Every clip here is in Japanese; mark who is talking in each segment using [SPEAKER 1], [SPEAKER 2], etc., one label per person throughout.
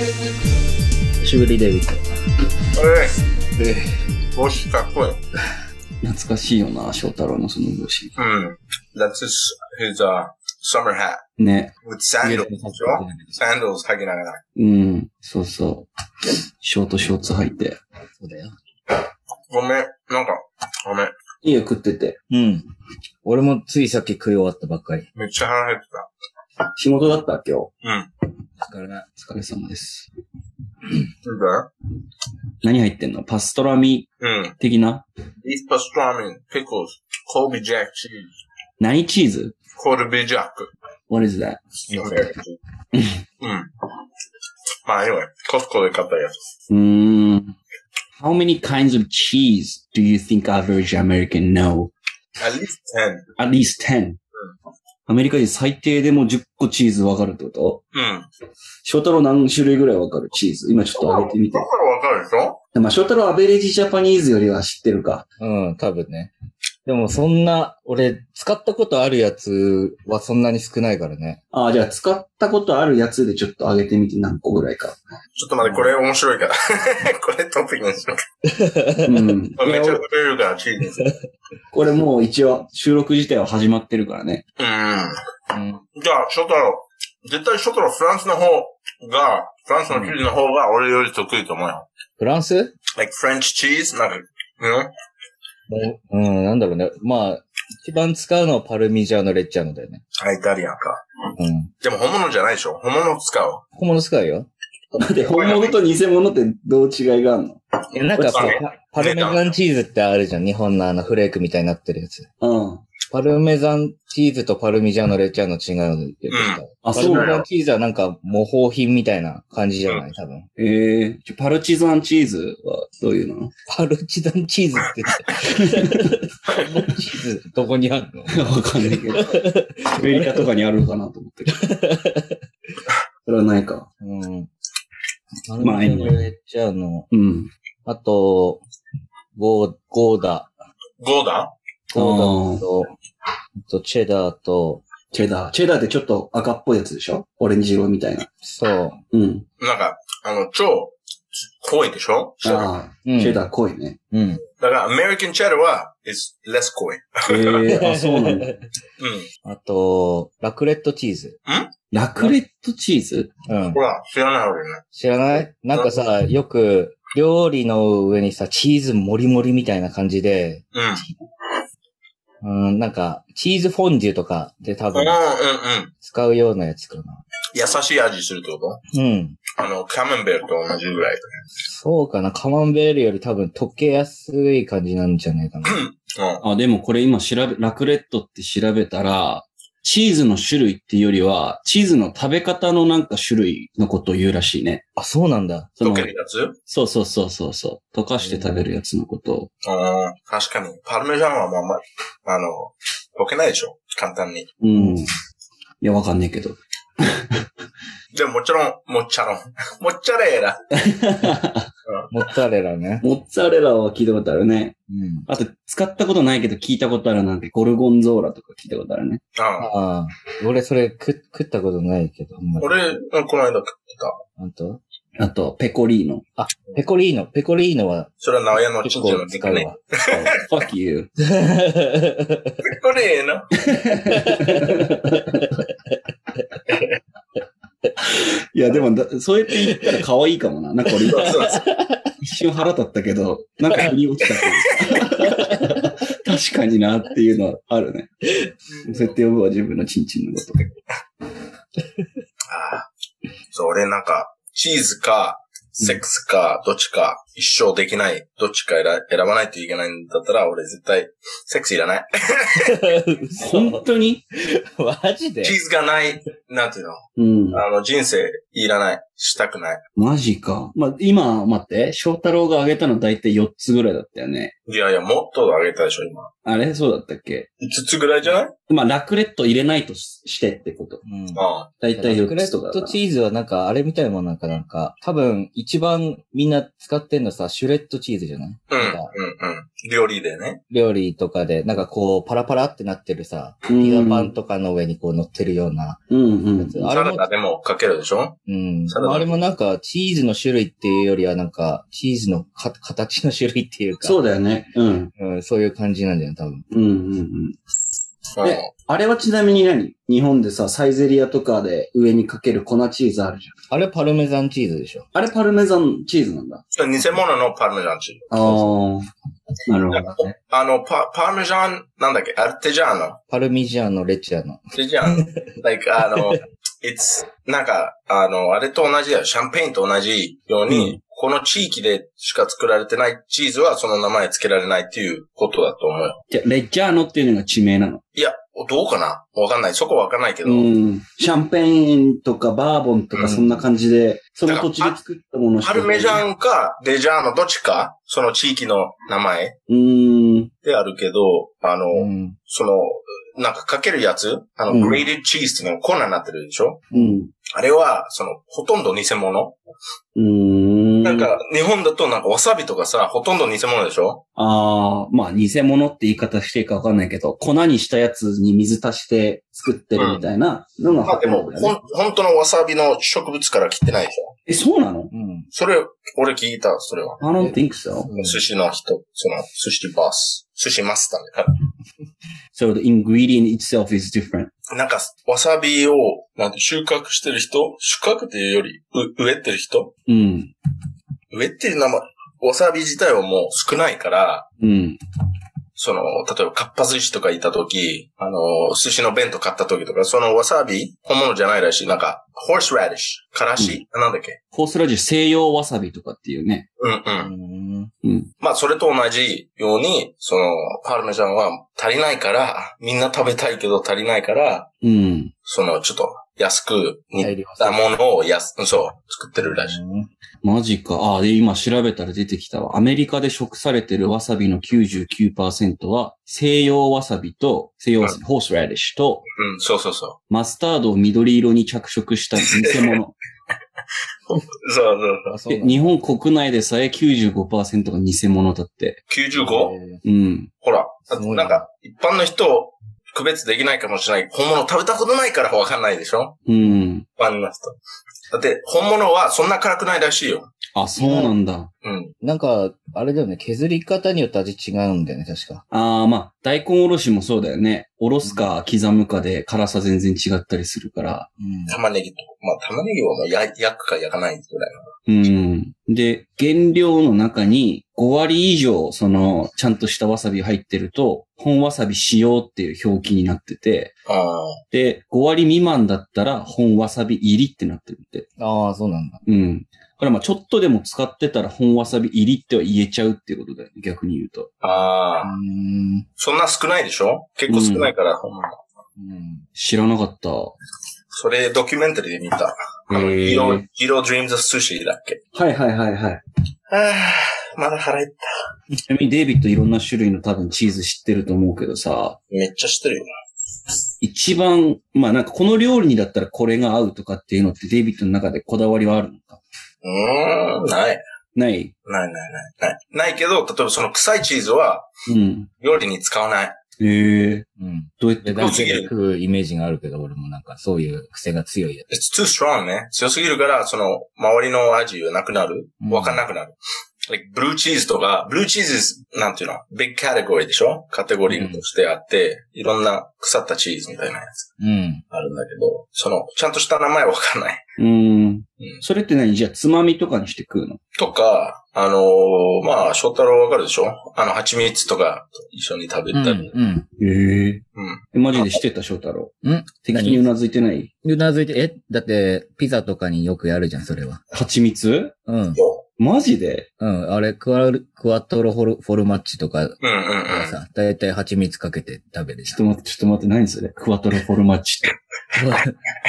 [SPEAKER 1] 久しぶりデビット
[SPEAKER 2] え
[SPEAKER 1] え
[SPEAKER 2] え、帽子かっこいい。
[SPEAKER 1] 懐かしいよな翔太郎のその帽子
[SPEAKER 2] うん。That's his, his, uh, summer hat
[SPEAKER 1] ね
[SPEAKER 2] with sandals でしょ ?sandals 履きながら。
[SPEAKER 1] うんそうそうショートショーツ履いて
[SPEAKER 3] そうだよ。
[SPEAKER 2] ごめん。なんか、ごめん。
[SPEAKER 1] いいよ食ってて
[SPEAKER 3] うん。俺もついさっき食い終わったばっかり。
[SPEAKER 2] めっちゃ腹減ってた。
[SPEAKER 1] 仕事だった今日
[SPEAKER 2] うん。
[SPEAKER 3] だから、
[SPEAKER 1] お疲れ様です
[SPEAKER 2] どうだ
[SPEAKER 1] 何入ってんのパストラミ
[SPEAKER 2] うん。
[SPEAKER 1] 的な
[SPEAKER 2] beef pastrami, pickles, Colby Jack cheese,
[SPEAKER 1] 何チーズ
[SPEAKER 2] quarter b jack.
[SPEAKER 1] What is that?
[SPEAKER 2] うん。まあ、anyway, Costco で買ったやつ。
[SPEAKER 1] うーん How many kinds of cheese do you think average American know?
[SPEAKER 2] at least 10.
[SPEAKER 1] At least 10. アメリカ人最低でも10個チーズわかるってこと
[SPEAKER 2] うん。
[SPEAKER 1] 翔太郎何種類ぐらいわかるチーズ今ちょっと上げてみて
[SPEAKER 2] だ。からわかるでしょ
[SPEAKER 1] まあ、翔太郎アベレージジャパニーズよりは知ってるか。
[SPEAKER 3] うん、多分ね。でもそんな、俺、使ったことあるやつはそんなに少ないからね。
[SPEAKER 1] ああ、じゃあ使ったことあるやつでちょっと上げてみて何個ぐらいか。
[SPEAKER 2] ちょっと待って、これ面 白いから。これトピックにしよう
[SPEAKER 1] うん。
[SPEAKER 2] か。
[SPEAKER 1] い
[SPEAKER 2] め
[SPEAKER 1] や
[SPEAKER 2] っちゃ食べれるから、チーズ。
[SPEAKER 1] これもう一応収録自体は始まってるからね。
[SPEAKER 2] うん。
[SPEAKER 3] うん。
[SPEAKER 2] じゃあ、ショトロ。絶対ショトロ、フランスの方が、フランスの生地の方が俺より得意と思うよ。
[SPEAKER 3] フランス
[SPEAKER 2] like French cheese? なんか、うん
[SPEAKER 3] もううん、なんだろうね。まあ、一番使うのはパルミジャーノレッジャーノだよね。
[SPEAKER 2] あ、イタリアンか。
[SPEAKER 3] うん。
[SPEAKER 2] でも本物じゃないでしょ本物使う。
[SPEAKER 3] 小物使うよ。
[SPEAKER 1] で、本物と偽物ってどう違いがあるの
[SPEAKER 3] え、なんか
[SPEAKER 2] こ
[SPEAKER 3] パ
[SPEAKER 2] れ
[SPEAKER 3] パルメザンチーズってあるじゃん。日本のあのフレークみたいになってるやつ。
[SPEAKER 1] うん。
[SPEAKER 3] パルメザンチーズとパルミジャーノレッジャーノ違うので
[SPEAKER 1] あ、
[SPEAKER 3] パ
[SPEAKER 1] そ
[SPEAKER 3] ル
[SPEAKER 1] う
[SPEAKER 3] メ
[SPEAKER 1] な
[SPEAKER 3] ザ
[SPEAKER 1] の
[SPEAKER 3] ンチーズはなんか模倣品みたいな感じじゃない多分。
[SPEAKER 1] ええじゃあパルチザンチーズはどういうの
[SPEAKER 3] パルチザンチーズって。パルチーズどこにあるの
[SPEAKER 1] わかんないけど。アメリカとかにあるのかなと思ってる。それはないか。
[SPEAKER 3] うん。パル
[SPEAKER 1] まあ
[SPEAKER 3] ミジャーノレッジャーノ。
[SPEAKER 1] うん。
[SPEAKER 3] あと、ゴー、ゴーダ。
[SPEAKER 2] ゴーダ
[SPEAKER 3] ゴーダと、あとチェダーと、
[SPEAKER 1] チェダー。チェダーってちょっと赤っぽいやつでしょオレンジ色みたいな。
[SPEAKER 3] そう。
[SPEAKER 1] うん。
[SPEAKER 2] なんか、あの、超、濃いでしょ
[SPEAKER 1] あ
[SPEAKER 2] だ
[SPEAKER 1] あ、
[SPEAKER 3] うん
[SPEAKER 1] チェダー濃いね。
[SPEAKER 3] うん。
[SPEAKER 2] から、アメリカンチェダーは、is less 濃い。
[SPEAKER 1] ええあ、そう なんだ。
[SPEAKER 2] うん。
[SPEAKER 3] あと、ラクレットチーズ。
[SPEAKER 1] ラクレットチーズ
[SPEAKER 3] うん
[SPEAKER 2] ほ。ら、知らない俺ね。
[SPEAKER 3] 知らないなんかさ、よく、料理の上にさ、チーズもりもりみたいな感じで、
[SPEAKER 2] うん。
[SPEAKER 3] うん、なんか、チーズフォンデュとかで多
[SPEAKER 2] うん
[SPEAKER 3] 分、
[SPEAKER 2] うんうん。
[SPEAKER 3] 使うようなやつかな。
[SPEAKER 2] 優しい味するってこと
[SPEAKER 3] うん。
[SPEAKER 2] あの、カメンベルと同じぐらい。
[SPEAKER 3] そうかな。カマンベールより多分溶けやすい感じなんじゃないかな。
[SPEAKER 2] うん。
[SPEAKER 1] あ、でもこれ今調べ、ラクレットって調べたら、チーズの種類っていうよりは、チーズの食べ方のなんか種類のことを言うらしいね。
[SPEAKER 3] あ、そうなんだ。
[SPEAKER 1] そ
[SPEAKER 2] 溶
[SPEAKER 1] の
[SPEAKER 2] けるやつ
[SPEAKER 1] そうそうそうそうそう。溶かして食べるやつのことを。
[SPEAKER 2] うん。確かに。パルメジャンはまあまあ、あの、溶けないでしょ簡単に。
[SPEAKER 1] うん。いや、わかんねえけど。
[SPEAKER 2] でももちろん、もっちゃろん。 もっちゃれーら。
[SPEAKER 3] モッツァレラね。
[SPEAKER 1] モッツァレラは聞いたことあるね。
[SPEAKER 3] うん。
[SPEAKER 1] あと、使ったことないけど聞いたことあるなんて、ゴルゴンゾーラとか聞いたことあるね。
[SPEAKER 2] うん。
[SPEAKER 3] ああ、俺それ食食ったことないけど、あんまり。
[SPEAKER 2] 俺、うんこの間食ってた。
[SPEAKER 3] あんと
[SPEAKER 1] あと、ペコリーノ。
[SPEAKER 3] ペコリーノ。ペコリーノは
[SPEAKER 2] それは直屋の
[SPEAKER 3] 結
[SPEAKER 2] チンチンの肉
[SPEAKER 3] 構 使う
[SPEAKER 2] ね。
[SPEAKER 3] わ。
[SPEAKER 1] Oh, fuck you.
[SPEAKER 2] これええな。
[SPEAKER 1] いや、でもだ、そうやって言ったら可愛いかもな。なんか俺、
[SPEAKER 2] そうそう そう
[SPEAKER 1] 一瞬腹立ったけど、なんか腑に落ちたけど。確 かになっていうのはあるね。そうやって呼ぶわ、自分のチンチンのこと。
[SPEAKER 2] ああそう、俺なんか、チーズか、セックスか、どっちか、一生できない、どっちか選選ばないといけないんだったら、俺絶対、セックスいらない。
[SPEAKER 1] 本当に
[SPEAKER 3] マジで
[SPEAKER 2] チーズがない、なんていうの
[SPEAKER 1] うん。
[SPEAKER 2] あの、人生いらない。したくない。
[SPEAKER 1] マジか。まあ、今、待って、翔太郎が挙げたの大体4つぐらいだったよね。
[SPEAKER 2] いやいや、もっとあげたでしょ、今。
[SPEAKER 1] あれそうだったっけ
[SPEAKER 2] 5つぐらいじゃない
[SPEAKER 1] まあ、ラクレット入れないとししてってこと。
[SPEAKER 3] うん。
[SPEAKER 2] あ
[SPEAKER 1] 大体
[SPEAKER 3] ラ
[SPEAKER 1] 4
[SPEAKER 3] クレ
[SPEAKER 1] つとか
[SPEAKER 3] ッ
[SPEAKER 1] だ
[SPEAKER 3] ト
[SPEAKER 1] な
[SPEAKER 3] チーズはなんか、あれみたいなもんなんかなんか、多分一番みんな使ってんのさ、シュレッドチーズじゃない
[SPEAKER 2] あ。うん、う
[SPEAKER 3] なん
[SPEAKER 2] ん
[SPEAKER 3] か、
[SPEAKER 2] うん。料理でね。
[SPEAKER 4] 料理とかで、なんかこう、パラパラってなってるさ、
[SPEAKER 1] うん
[SPEAKER 4] ピザパンとかの上にこう乗ってるような
[SPEAKER 1] うんう
[SPEAKER 4] や
[SPEAKER 1] ん。
[SPEAKER 4] つ。あ
[SPEAKER 2] サ
[SPEAKER 4] れ
[SPEAKER 2] ラ
[SPEAKER 4] も
[SPEAKER 2] ダ、でもかけるでしょ
[SPEAKER 4] うん。
[SPEAKER 2] サラダ
[SPEAKER 4] あれもなんか、チーズの種類っていうよりは、なんか、チーズのか形の種類っていうか、
[SPEAKER 1] そうだよね。うん。
[SPEAKER 4] うん、そういう感じなんだよね、多分。
[SPEAKER 1] うんうんうん。
[SPEAKER 2] うん
[SPEAKER 1] えあれはちなみに何日本でさ、サイゼリアとかで上にかける粉チーズあるじゃん。
[SPEAKER 4] あれパルメザンチーズでしょ。
[SPEAKER 1] あれパルメザンチーズなんだ。
[SPEAKER 2] それ偽物のパルメジャンチーズ。
[SPEAKER 1] ああ。なるほど。
[SPEAKER 2] あの、パ、パルメジャン、なんだっけアルテジャーノ。
[SPEAKER 4] パルミジャーノ、レチアの。
[SPEAKER 2] でじゃん。like, あの、it's, なんか、あの、あれと同じだよ。シャンペーンと同じように、
[SPEAKER 1] う
[SPEAKER 2] この地域でしか作られてないチーズはその名前つけられないっていうことだと思うよ。
[SPEAKER 1] じゃ、レッジャーノっていうのが地名なの。
[SPEAKER 2] いや、どうかなわかんない。そこわかんないけど。
[SPEAKER 1] うん。シャンペーンとかバーボンと
[SPEAKER 2] うん
[SPEAKER 1] かそんな感じで、その土地で作ったものし
[SPEAKER 2] パ
[SPEAKER 1] か
[SPEAKER 2] ルメジャンかデジャーノどっちか、その地域の名前
[SPEAKER 1] うーん。
[SPEAKER 2] であるけど、あの、
[SPEAKER 4] うん。
[SPEAKER 2] その、なんかかけるやつあの、
[SPEAKER 1] うん
[SPEAKER 2] グレーデッドチーズってのが粉になってるでしょ
[SPEAKER 1] うん。
[SPEAKER 2] あれは、その、ほとんど偽物、
[SPEAKER 1] うーん。
[SPEAKER 2] なんか、日本だとなんかわさびとかさ、ほとんど偽物でしょ
[SPEAKER 1] ああ、まあ、偽物って言い方していいかわかんないけど、粉にしたやつに水足して作ってるみたいなのが、
[SPEAKER 2] まあでも、ほん、本当のわさびの植物から切ってないでしょ
[SPEAKER 1] え、そうなの
[SPEAKER 4] うん。
[SPEAKER 2] それ、俺聞いた、それは。
[SPEAKER 1] ?I don't think so.
[SPEAKER 2] 寿司の人、その、寿司バース、寿司マスターね
[SPEAKER 1] So the ingredient itself is different.
[SPEAKER 2] なんか、わさびを、なんて、収穫してる人収穫っていうより、う植えてる人
[SPEAKER 1] うん。
[SPEAKER 2] 植えてる生、わさび自体はもう少ないから、
[SPEAKER 1] うん。
[SPEAKER 2] その、例えば、かっぱ寿司とか行った時、あの、寿司の弁当買った時とか、そのわさび、本物じゃないらしい。なんか、ホースラディッシュ、からし、なんだっけ
[SPEAKER 1] ホースラジュ西洋わさびとかっていうね。
[SPEAKER 2] うんうん。
[SPEAKER 4] うん。
[SPEAKER 1] うん。
[SPEAKER 2] まあ、それと同じように、その、パルメジャンは足りないから、みんな食べたいけど足りないから、
[SPEAKER 1] うん。
[SPEAKER 2] その、ちょっと、安く、
[SPEAKER 4] 大
[SPEAKER 2] 煮
[SPEAKER 4] 量
[SPEAKER 2] たものを安、そう、作ってるらしい。
[SPEAKER 4] うん
[SPEAKER 1] マジか。ああ、で、今調べたら出てきたわ。アメリカで食されてるわさびの99%は、西洋わさびと、西洋わさび、ホースラディッシュと、
[SPEAKER 2] うん、そうそうそ
[SPEAKER 1] マスタードを緑色に着色した偽物。
[SPEAKER 2] う。そうそう
[SPEAKER 4] あ、そう
[SPEAKER 1] え
[SPEAKER 4] なんだ。
[SPEAKER 1] 日本国内でさえ95%が偽物だって。
[SPEAKER 2] そう。95?
[SPEAKER 4] えー
[SPEAKER 1] うん。
[SPEAKER 2] ほら、
[SPEAKER 4] すごい
[SPEAKER 2] な
[SPEAKER 4] なん
[SPEAKER 2] か、一般の人、区別できないかもしれない。本物食べたことないからわかんないでしょ
[SPEAKER 1] うん。
[SPEAKER 2] 一般の人。だって、本物はそんな辛くないらしいよ。
[SPEAKER 1] あ、そうなんだ。
[SPEAKER 2] うん。
[SPEAKER 4] なんか、あれだよね、削り方によって味違うんだよね、確か。
[SPEAKER 1] ああ、まあ、大根おろしもそうだよね。おろすか刻むかで辛さ全然違ったりするから。
[SPEAKER 4] うん。
[SPEAKER 2] 玉ねぎと。まあ、玉ねぎはもうや焼くか焼かないぐらい
[SPEAKER 1] うん。で、原料の中に5割以上、その、ちゃんとしたわさび入ってると、本わさび使用っていう表記になってて、
[SPEAKER 2] の。ああ。
[SPEAKER 1] で、5割未満だったら本わさび入りってなってるって。
[SPEAKER 4] ああ、そうなんだ。
[SPEAKER 1] うん。だからまあちょっとでも使ってたら本わさび入りっては言えちゃうっていうことだよね。逆に言うと。
[SPEAKER 2] あ
[SPEAKER 4] う
[SPEAKER 2] あ。
[SPEAKER 4] ん。
[SPEAKER 2] そんな少ないでしょ結構少ないから、ほんま
[SPEAKER 4] うん。
[SPEAKER 1] 知らなかった。
[SPEAKER 2] それ、ドキュメンタリーで見た。あの、
[SPEAKER 1] へ
[SPEAKER 2] ジ
[SPEAKER 1] え
[SPEAKER 2] ロ、ジロードリームズ寿司だっけ
[SPEAKER 1] はいはいはいはい。
[SPEAKER 2] ああ、まだ腹いっ
[SPEAKER 1] ちなみにデイビッドいろんな種類の多分チーズ知ってると思うけどさ、
[SPEAKER 2] めっちゃ知ってるよ。
[SPEAKER 1] 一番、まあなんかこの料理にだったらこれが合うとかっていうのってデイビッドの中でこだわりはあるのか
[SPEAKER 2] うーん、ない。
[SPEAKER 1] ない
[SPEAKER 2] ないないない。ないないけど、例えばその臭いチーズは
[SPEAKER 1] うん。
[SPEAKER 2] 料理に使わない。
[SPEAKER 1] へえ。
[SPEAKER 4] うん。
[SPEAKER 1] どうやって
[SPEAKER 4] で、
[SPEAKER 1] か
[SPEAKER 4] だけで食うイメージがあるけど、俺もなんか、そういう癖が強いや
[SPEAKER 2] It's too strong ね。強すぎるから、その、周りの味がなくなる。
[SPEAKER 4] うん
[SPEAKER 2] わかんなくなる。like, ブルーチーズとか、ブルーチーズ、is なんていうの ?big category でしょカテゴリーとしてあって、いろんな腐ったチーズみたいなやつ
[SPEAKER 4] つ。うん。
[SPEAKER 2] あるんだけど、その、ちゃんとした名前わかんない。
[SPEAKER 1] うん。それって何じゃあつまみとかにして食うの
[SPEAKER 2] とか、あのーまあ、翔太郎わかるでしょあの、蜂蜜とか一緒に食べたり。
[SPEAKER 4] うん。
[SPEAKER 1] へえ。
[SPEAKER 2] うん。
[SPEAKER 1] えマジでしてた翔太郎。
[SPEAKER 4] ん
[SPEAKER 1] 敵にうなずいてないう
[SPEAKER 4] なずいて、えだって、ピザとかによくやるじゃん、それは。
[SPEAKER 1] 蜂蜜
[SPEAKER 4] うん。
[SPEAKER 2] そ
[SPEAKER 1] マジで
[SPEAKER 4] うん。あれ、クワル、クワトロフォル、フォルマッチとか
[SPEAKER 2] う。うんうんうん。
[SPEAKER 4] さ、だいたい蜂蜜かけて食べるじ
[SPEAKER 1] ちょ
[SPEAKER 4] ゃ
[SPEAKER 1] っと待って、ちょっと待って、何それクワトロフォルマッチって。
[SPEAKER 4] ん。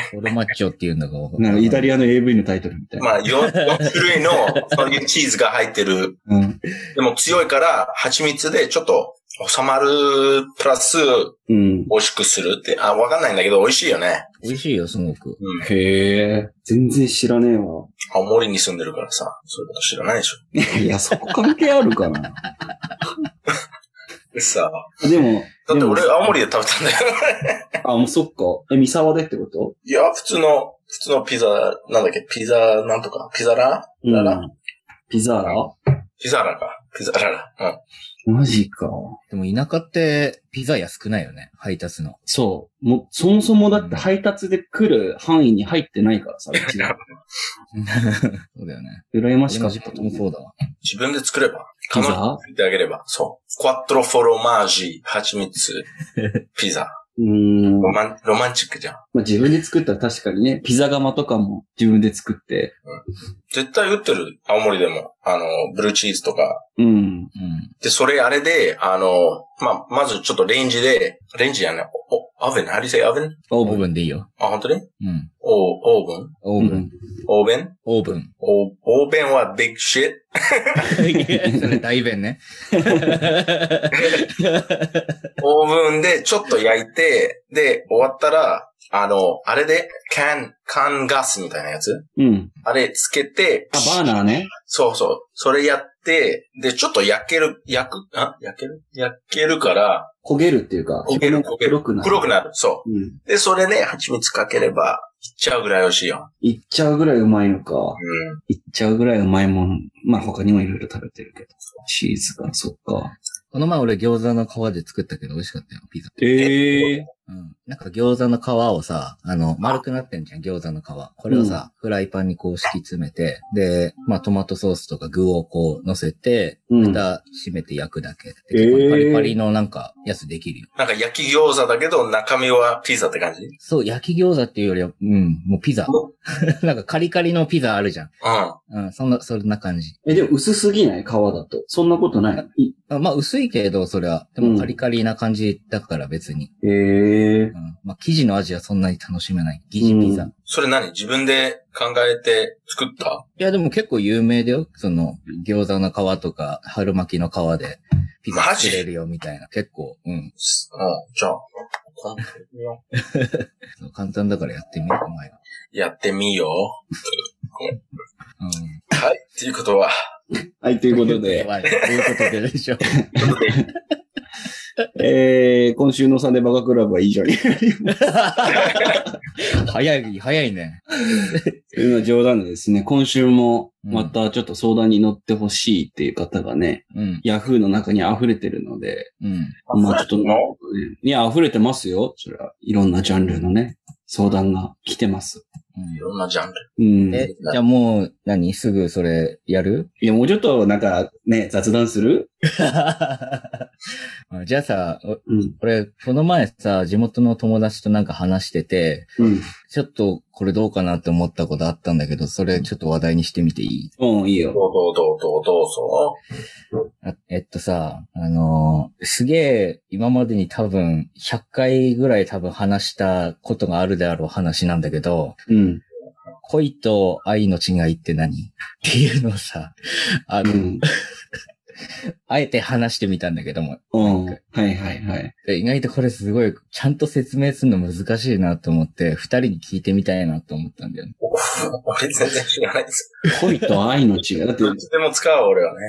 [SPEAKER 4] フォルマッチョっていうのがわかんな
[SPEAKER 1] ないんかイタリアの AV のタイトルみたいな。
[SPEAKER 2] まあ、4, 種類の、そういうチーズが入ってる。
[SPEAKER 1] うん。
[SPEAKER 2] でも強いから、蜂蜜でちょっと収まる、プラス、
[SPEAKER 1] うん。
[SPEAKER 2] 美味しくするって、あ、わかんないんだけど、美味しいよね。
[SPEAKER 4] 美味しいよ、すごく。
[SPEAKER 2] うん。
[SPEAKER 1] へえ。全然知らねえわ。
[SPEAKER 2] 青森に住んでるからさ、そういうこと知らないでしょ。
[SPEAKER 1] いや、そこ関係あるかな
[SPEAKER 2] さあ。
[SPEAKER 1] でも、
[SPEAKER 2] だって俺、
[SPEAKER 1] でも
[SPEAKER 2] 青森で食べたんだよ。
[SPEAKER 1] あ、もうそっか。え、三沢でってこと
[SPEAKER 2] いや、普通の、普通のピザ、なんだっけ、ピザ、なんとか、ピザラララ
[SPEAKER 1] うんピザーラ
[SPEAKER 2] ピザラか。ピザララ。うん。
[SPEAKER 1] マジか。
[SPEAKER 3] でも田舎ってピザ屋少ないよね、配達の。
[SPEAKER 1] そう。もう、そもそもだって配達で来る範囲に入ってないからさ、うちら。
[SPEAKER 3] そうだよね。
[SPEAKER 1] 羨ましか
[SPEAKER 3] 俺の
[SPEAKER 1] っ
[SPEAKER 3] 地
[SPEAKER 1] た
[SPEAKER 3] 元もそうだわ。
[SPEAKER 2] 自分で作れば。
[SPEAKER 1] ピ
[SPEAKER 2] 彼女
[SPEAKER 1] ザ
[SPEAKER 2] に作ってあげれば。そう。クワットロフォロマージ、蜂蜜、 ピザ。
[SPEAKER 1] うーん。
[SPEAKER 2] ロ
[SPEAKER 1] ま
[SPEAKER 2] マン、ロマンチックじゃん。
[SPEAKER 1] あ、自分で作ったら確かにね、ピザ窯とかも自分で作って。
[SPEAKER 2] 絶対売ってる。青森でも。あの、ブルーチーズとか。
[SPEAKER 1] うん。
[SPEAKER 3] うん。
[SPEAKER 2] で、それあれで、あの、まあ、まずちょっとレンジで、レンジじゃない。お、オーブン、how do you say オーブン
[SPEAKER 1] オ
[SPEAKER 3] オ
[SPEAKER 1] ー
[SPEAKER 3] ー
[SPEAKER 1] ブン。
[SPEAKER 3] ブンでいいよ。
[SPEAKER 2] あ、本当に
[SPEAKER 3] うん。
[SPEAKER 2] お、オーブン
[SPEAKER 3] オーブ
[SPEAKER 1] う
[SPEAKER 3] ン。
[SPEAKER 1] ん
[SPEAKER 2] オーブン
[SPEAKER 3] オーブ ン。
[SPEAKER 2] お、オーブンは big shit?
[SPEAKER 3] それ大便ね。
[SPEAKER 2] オーブンでちょっと焼いて、で、終わったら、あの、あれで、缶、缶ガスみたいなやつ
[SPEAKER 1] うん。
[SPEAKER 2] あれつけて、
[SPEAKER 1] あ、バーナーね。
[SPEAKER 2] そうそう。それやって、で、ちょっと焼ける、焼く、あ焼ける焼けるから、
[SPEAKER 1] 焦げるっていうか、
[SPEAKER 2] 焦げる焦げ
[SPEAKER 1] 黒
[SPEAKER 2] る
[SPEAKER 1] くなる。
[SPEAKER 2] 黒くなる。そ
[SPEAKER 1] うん。
[SPEAKER 2] う。で、それね、蜂蜜かければ、いっちゃうぐらい美味しいよ。
[SPEAKER 1] いっちゃうぐらいうまいのか。
[SPEAKER 2] うん。
[SPEAKER 1] いっちゃうぐらいうまいもん。まあ他にもいろいろ食べてるけど。チーズが、そっか。
[SPEAKER 3] この前俺餃子の皮で作ったけど美味しかったよ、ピザ。
[SPEAKER 1] ええ
[SPEAKER 3] うん。なんか餃子の皮をさ、あの、丸くなってんじゃん、餃子の皮。これをさ、フライパンにこう敷き詰めて、で、まあトマトソースとか具をこう乗せて、
[SPEAKER 1] うん。
[SPEAKER 3] 蓋閉めて焼くだけ。で
[SPEAKER 1] えー
[SPEAKER 3] 結構パリパリのなんかやつできるよ。
[SPEAKER 2] なんか焼き餃子だけど、中身はピザって感じうん。
[SPEAKER 3] そう、焼き餃子っていうよりは、うん、もうピ
[SPEAKER 2] う。
[SPEAKER 3] ザ なんかカリカリのピザあるじゃん。
[SPEAKER 2] あ
[SPEAKER 3] うん、そんな、そんな感じ。
[SPEAKER 1] え、でも薄すぎない皮だと。そんなことない。い
[SPEAKER 3] あまあ薄いけど、それは。で
[SPEAKER 1] うん
[SPEAKER 3] もカリカリな感じだから別に。
[SPEAKER 1] ええ
[SPEAKER 3] うん。まあ生地の味はそんなに楽しめない。生地ピザ。
[SPEAKER 1] う
[SPEAKER 3] い
[SPEAKER 2] それ何自分で考えて作った
[SPEAKER 3] や、でも結構有名だよ。その、餃子の皮とか、春巻きの皮で、ピザ
[SPEAKER 2] マジ
[SPEAKER 3] 作れるよみたいな。結構、うん。
[SPEAKER 2] うん。じゃあ、今度よ
[SPEAKER 3] そう簡単だからやってみる、お前が。
[SPEAKER 2] やってみよう。
[SPEAKER 3] うん。
[SPEAKER 2] はい。っていうことは、
[SPEAKER 1] はい、ということ
[SPEAKER 3] や
[SPEAKER 1] で、
[SPEAKER 3] ばい。ということででしょ。
[SPEAKER 2] ということで
[SPEAKER 1] えー、今週のサンデーバカクラブは以上 に。と
[SPEAKER 3] 早い、早いね。
[SPEAKER 1] いうのは冗談でですね、今週も
[SPEAKER 3] うん
[SPEAKER 1] またちょっと相談に乗ってほしいっていう方がね、
[SPEAKER 3] うん。
[SPEAKER 1] ヤフーの中に溢れてるので、
[SPEAKER 3] うん。
[SPEAKER 1] まあちょっと、
[SPEAKER 2] 溢れてん
[SPEAKER 1] ね
[SPEAKER 2] の、
[SPEAKER 1] いや、溢れてますよ。それはいろんなジャンルのね、相談が来てます。
[SPEAKER 3] うん
[SPEAKER 2] いろんなジャンル。
[SPEAKER 1] うん。
[SPEAKER 3] え、じゃあもう、何すぐそれ、やる
[SPEAKER 1] いや、もうちょっとなんかね、雑談する
[SPEAKER 3] じゃあさ、
[SPEAKER 1] うん。
[SPEAKER 3] 俺、この前さ、地元の友達となんか話してて、
[SPEAKER 1] うん。
[SPEAKER 3] ちょっとこれどうかなって思ったことあったんだけど、それちょっと話題にしてみていい
[SPEAKER 1] うん、いいよ。
[SPEAKER 2] どうどうどうどうどうぞ。
[SPEAKER 3] あえっとさ、あのーすげえ今までに多分100回ぐらい多分話したことがあるであろう話なんだけど、
[SPEAKER 1] うん。
[SPEAKER 3] 恋と愛の違いって何っていうのをさ、あ
[SPEAKER 1] う
[SPEAKER 3] の、
[SPEAKER 1] ん。
[SPEAKER 3] あえて話してみたんだけども、
[SPEAKER 1] うん。はいはいはい。
[SPEAKER 3] で意外とこれすごい、ちゃんと説明するの難しいなと思って、二人に聞いてみたいなと思ったんだよね。
[SPEAKER 2] 俺全然知らないです。
[SPEAKER 1] 恋と愛の違い。だって
[SPEAKER 2] ど、っちでも使う、俺はね。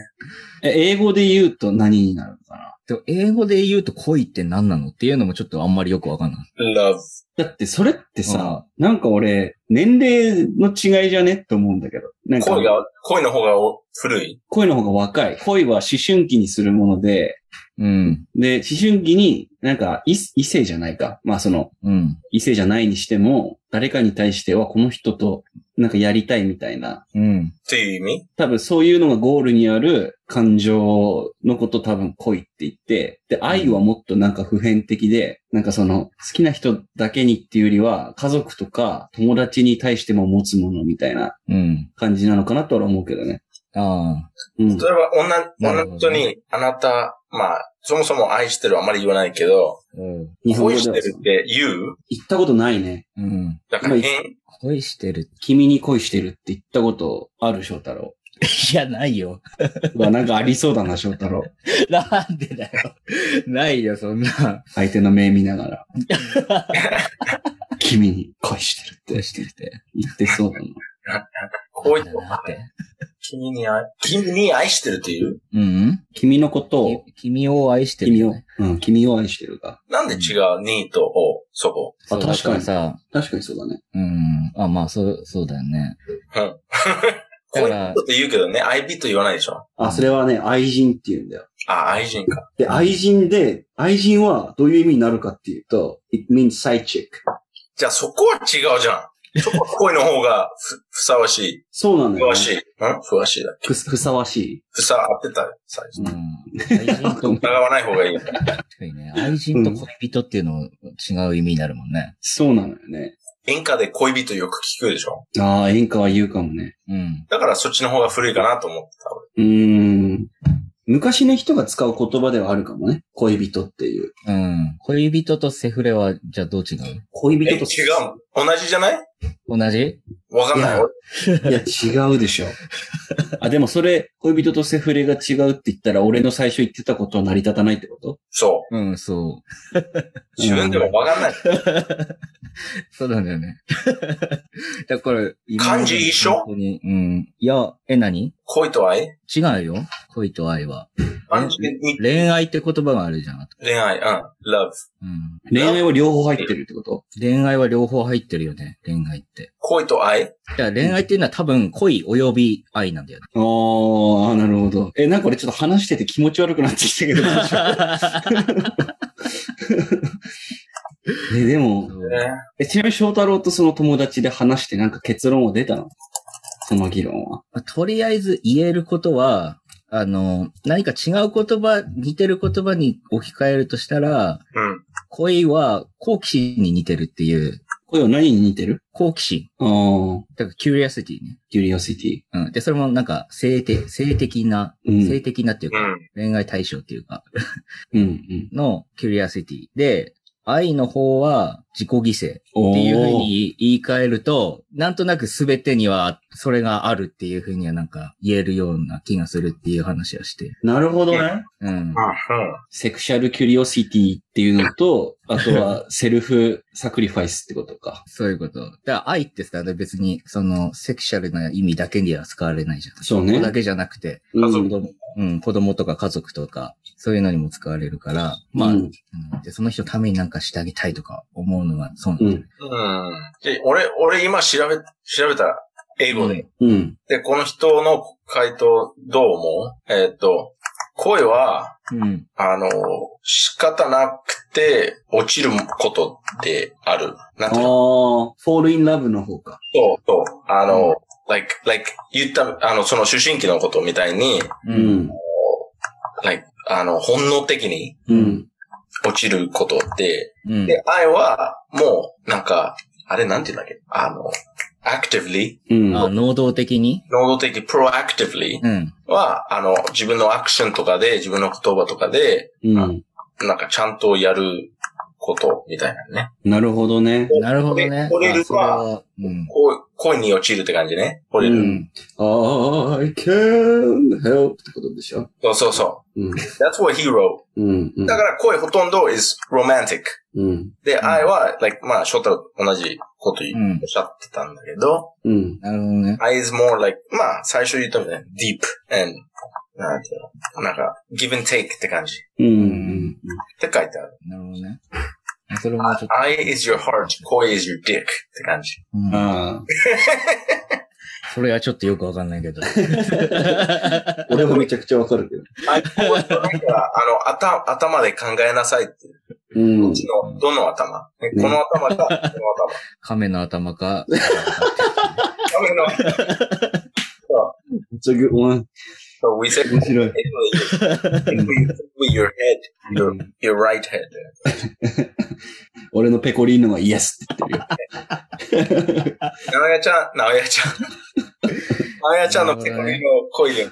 [SPEAKER 1] え英語で言うと何になるのか
[SPEAKER 3] でも英語で言うと恋って何なのっていうのもちょっとあんまりよくわかんない。
[SPEAKER 2] love。
[SPEAKER 1] なだってそれってさ、なんか俺、年齢の違いじゃねって思うんだけど。なんか
[SPEAKER 2] 恋が、恋の方がお古い。
[SPEAKER 1] 恋の方が若い。恋は思春期にするもので、
[SPEAKER 3] うん。
[SPEAKER 1] で、思春期になんか異異性じゃないか。まあその、
[SPEAKER 3] うん。
[SPEAKER 1] 異性じゃないにしても、誰かに対してはこの人となんかやりたいみたいな。
[SPEAKER 3] う
[SPEAKER 2] っ
[SPEAKER 3] ん。
[SPEAKER 2] ていう意味
[SPEAKER 1] 多分そういうのがゴールにある感情のこと多分恋って言って、で、愛はもっとなんか普遍的で、なんかその好きな人だけにっていうよりは、家族とか友達に対しても持つものみたいな
[SPEAKER 3] うん。
[SPEAKER 1] 感じなのかなとは思うけどね。
[SPEAKER 3] ああ。
[SPEAKER 1] うん
[SPEAKER 2] そ。れは女、
[SPEAKER 3] な
[SPEAKER 2] 女
[SPEAKER 3] る
[SPEAKER 2] の
[SPEAKER 3] ほどね
[SPEAKER 2] 人に、あなた、まあ、そもそも愛してるはあまり言わないけど、
[SPEAKER 3] うん。
[SPEAKER 1] 日本語
[SPEAKER 2] 恋
[SPEAKER 1] で
[SPEAKER 2] し
[SPEAKER 1] は
[SPEAKER 2] てるって言う
[SPEAKER 1] 行ったことないね。
[SPEAKER 3] うん。
[SPEAKER 2] だか
[SPEAKER 1] ま
[SPEAKER 2] ら
[SPEAKER 1] あ
[SPEAKER 2] 変
[SPEAKER 3] 恋してる。
[SPEAKER 1] 君に恋してるって言ったことある翔太郎。
[SPEAKER 3] いや、ないよ。
[SPEAKER 1] うわなんかありそうだな翔太郎。
[SPEAKER 3] なんでだよ。 ないよ、そんな。
[SPEAKER 1] 相手の目見ながら。君に恋してるって
[SPEAKER 3] 恋してるって。
[SPEAKER 1] 言ってそうだな。
[SPEAKER 2] 恋と
[SPEAKER 3] だなって。
[SPEAKER 2] 君に愛、君に愛してるっていう
[SPEAKER 3] うん、
[SPEAKER 1] 君のこと
[SPEAKER 3] うん
[SPEAKER 1] を、
[SPEAKER 3] き君を愛してる、
[SPEAKER 1] 君を、うん、君を愛してるが。
[SPEAKER 2] なんで違う ?2 と O、そこ。
[SPEAKER 3] そう
[SPEAKER 1] あ確かに
[SPEAKER 3] だらさ、
[SPEAKER 1] 確かにそうだね。
[SPEAKER 3] うん。あ、まあ、そう、そうだよね。
[SPEAKER 2] うん。
[SPEAKER 3] だ
[SPEAKER 2] こ
[SPEAKER 3] か
[SPEAKER 2] うい
[SPEAKER 3] ら
[SPEAKER 2] うこと言うけどね、愛人と言わないでしょ。
[SPEAKER 1] あ、それはね、愛人って言うんだよ。
[SPEAKER 2] あ、愛人か。
[SPEAKER 1] で、愛人で、愛人はどういう意味になるかっていうと、it means side chick.
[SPEAKER 2] じゃあそこは違うじゃん。そこは恋の方がふ、ふさわしい。
[SPEAKER 1] そうなの
[SPEAKER 2] ふわ
[SPEAKER 1] よ、
[SPEAKER 2] しい。
[SPEAKER 1] ね。
[SPEAKER 2] んふわしいだ。
[SPEAKER 1] ふふさわしい。
[SPEAKER 2] ふさ合ってたよ、最初
[SPEAKER 3] う。ん。愛人と、確
[SPEAKER 2] 疑わない方がいいよ。
[SPEAKER 3] かにね、愛人と恋人っていうのも違う意味になるもんね。
[SPEAKER 1] そうなのよね。
[SPEAKER 2] 演歌で恋人よく聞くでしょ。
[SPEAKER 1] ああ、演歌は言うかもね。
[SPEAKER 3] うん。
[SPEAKER 2] だからそっちの方が古いかなと思ってた。俺
[SPEAKER 1] うーん。昔の人が使う言葉ではあるかもね。恋人っていう。
[SPEAKER 3] うん。恋人とセフレは、じゃあどう違う
[SPEAKER 1] 恋
[SPEAKER 2] え、
[SPEAKER 1] 人
[SPEAKER 2] 違
[SPEAKER 1] と。
[SPEAKER 2] う。同じじゃない
[SPEAKER 3] 同じ
[SPEAKER 2] わかんない
[SPEAKER 1] いや
[SPEAKER 2] よ。
[SPEAKER 1] いや、違うでしょ。 あ、でもそれ、恋人とセフレが違うって言ったら、俺の最初言ってたことは成り立たないってこと
[SPEAKER 2] そ。
[SPEAKER 3] うん、そう
[SPEAKER 2] 自分でもわかんない。
[SPEAKER 3] う。そうなんだよね。 だから、今
[SPEAKER 2] 漢字一緒
[SPEAKER 3] 本当に、うん。いや、え、何
[SPEAKER 2] 恋と愛
[SPEAKER 3] 違うよ。恋と愛は。
[SPEAKER 2] 感じに
[SPEAKER 3] 恋愛って言葉があるじゃん。
[SPEAKER 2] 恋愛、うん。love。
[SPEAKER 3] うん。
[SPEAKER 1] 恋愛は両方入ってるってこと
[SPEAKER 3] 恋愛は両方入ってるよね。恋愛って。
[SPEAKER 2] 恋と愛
[SPEAKER 3] だから恋愛っていうのは多分恋及び愛なんだよね。
[SPEAKER 1] あーあー、なるほど。え、なんか俺ちょっと話してて気持ち悪くなってきたけど、どうしようえ、でも、
[SPEAKER 2] ね。
[SPEAKER 1] え、ちなみに翔太郎とその友達で話してなんか結論は出たのその議論は。
[SPEAKER 3] まあとりあえず言えることは、あの、何か違う言葉、似てる言葉に置き換えるとしたら、
[SPEAKER 2] うん。
[SPEAKER 3] 恋は好奇心に似てるっていう、
[SPEAKER 1] これは何に似てる
[SPEAKER 3] 好奇心。
[SPEAKER 1] ああ、
[SPEAKER 3] だから、キュリアシティね。
[SPEAKER 1] キュリオシティ。
[SPEAKER 3] うん。で、それもなんか、性的、性的な、
[SPEAKER 1] うん
[SPEAKER 3] 性的なっていう
[SPEAKER 2] う
[SPEAKER 3] か、
[SPEAKER 2] ん。
[SPEAKER 3] 恋愛対象っていうか、
[SPEAKER 1] うんうん。
[SPEAKER 3] のキュリアシティ。で、愛の方は自己犠牲っ
[SPEAKER 1] お
[SPEAKER 3] ていうふう
[SPEAKER 1] ー
[SPEAKER 3] に言い換えると、なんとなく全てにはそれがあるっていうふうにはなんか言えるような気がするっていう話をして。
[SPEAKER 1] なるほどね。
[SPEAKER 3] うん。
[SPEAKER 2] う
[SPEAKER 1] セクシャルキュリオシティっていうのと、あと はセルフサクリファイスってことか。
[SPEAKER 3] そういうこと。だから愛ってさ、別に、その、セクシャルな意味だけには使われないじゃん。
[SPEAKER 1] そうね
[SPEAKER 3] ここだけじゃなくて、
[SPEAKER 1] う
[SPEAKER 2] あそ
[SPEAKER 3] 子
[SPEAKER 1] ん、
[SPEAKER 3] 供、うん、子供とか家族とか、そういうのにも使われるから、まあ、
[SPEAKER 1] うん
[SPEAKER 3] うんで、その人のためになんかしてあげたいとか思うのが、そうなん
[SPEAKER 1] う
[SPEAKER 3] だ
[SPEAKER 1] ん
[SPEAKER 2] ん。
[SPEAKER 3] よね。、
[SPEAKER 2] うん。で、俺、俺今調べ、調べたら、英語で。
[SPEAKER 1] うん、
[SPEAKER 2] で、この人の回答どう思うえーっと、恋は、
[SPEAKER 3] うん。
[SPEAKER 2] あの、仕方なくて落ちることである。な
[SPEAKER 1] ああ、
[SPEAKER 2] んて
[SPEAKER 1] フ
[SPEAKER 2] いうの
[SPEAKER 1] ォールインラブの方か。
[SPEAKER 2] そう、そう。あの、like, like, 言った、あの、その主神記のことみたいに、
[SPEAKER 3] う。
[SPEAKER 1] うんん、
[SPEAKER 2] like, あの、本能的に
[SPEAKER 1] うん、
[SPEAKER 2] 落ちることで、
[SPEAKER 3] うん。
[SPEAKER 2] で、愛は、もう、なんか、あれなんて言うんだっけあの、actively,
[SPEAKER 1] うん。
[SPEAKER 3] あ、能動的に
[SPEAKER 2] 能動的、proactively
[SPEAKER 3] うん。
[SPEAKER 2] は、あの、自分のアクションとかで、自分の言葉とかで、
[SPEAKER 1] うん。
[SPEAKER 2] なんかちゃんとやることみたいなね。
[SPEAKER 1] なるほどね。
[SPEAKER 3] なるほどね。
[SPEAKER 2] 惚れる
[SPEAKER 3] あそれは、う
[SPEAKER 2] 恋
[SPEAKER 3] ん。
[SPEAKER 2] 恋に落ちるって感じね。惚れる。
[SPEAKER 3] うん。
[SPEAKER 1] I can help ってことでしょ。
[SPEAKER 2] そうそうそ
[SPEAKER 1] うん、
[SPEAKER 2] う。That's what he wrote.
[SPEAKER 1] うん、うん
[SPEAKER 2] だから恋ほとんど is romantic.
[SPEAKER 1] うん、
[SPEAKER 2] で、
[SPEAKER 3] ん
[SPEAKER 2] 愛は、like, まあ、翔太郎と同じこと言
[SPEAKER 3] う
[SPEAKER 2] う、
[SPEAKER 3] ん
[SPEAKER 2] おっ。しゃってたんだけど、
[SPEAKER 1] うん。
[SPEAKER 3] なるほどね。
[SPEAKER 2] 愛 is more like, まあ、最初言ったみたいに deep and, なんていうの、なんか、give and take って感じ。っ
[SPEAKER 1] うんうん。
[SPEAKER 2] て書いてある。
[SPEAKER 3] なるほどね。それもちょっと。
[SPEAKER 2] 愛 is your heart, 恋 is your dick って感じ。
[SPEAKER 3] うん
[SPEAKER 1] あ
[SPEAKER 3] それはちょっとよくわかんないけど。
[SPEAKER 1] あ。俺はめちゃくちゃわかるけど。
[SPEAKER 2] 愛恋となんか、あの、頭、頭で考えなさいっていう。
[SPEAKER 1] うん
[SPEAKER 2] うち。の、どの頭、ねこの頭か、この頭。
[SPEAKER 3] 亀の頭か。
[SPEAKER 2] ダメな。そう
[SPEAKER 1] ちょぎゅ面
[SPEAKER 2] So we said,
[SPEAKER 1] 白い。
[SPEAKER 2] if we, if we your head, your, your right head.
[SPEAKER 1] 俺のペコリーノはイエスって言ってるよ。
[SPEAKER 2] 直やちゃん、直やちゃん。直やちゃんのペコリの恋で、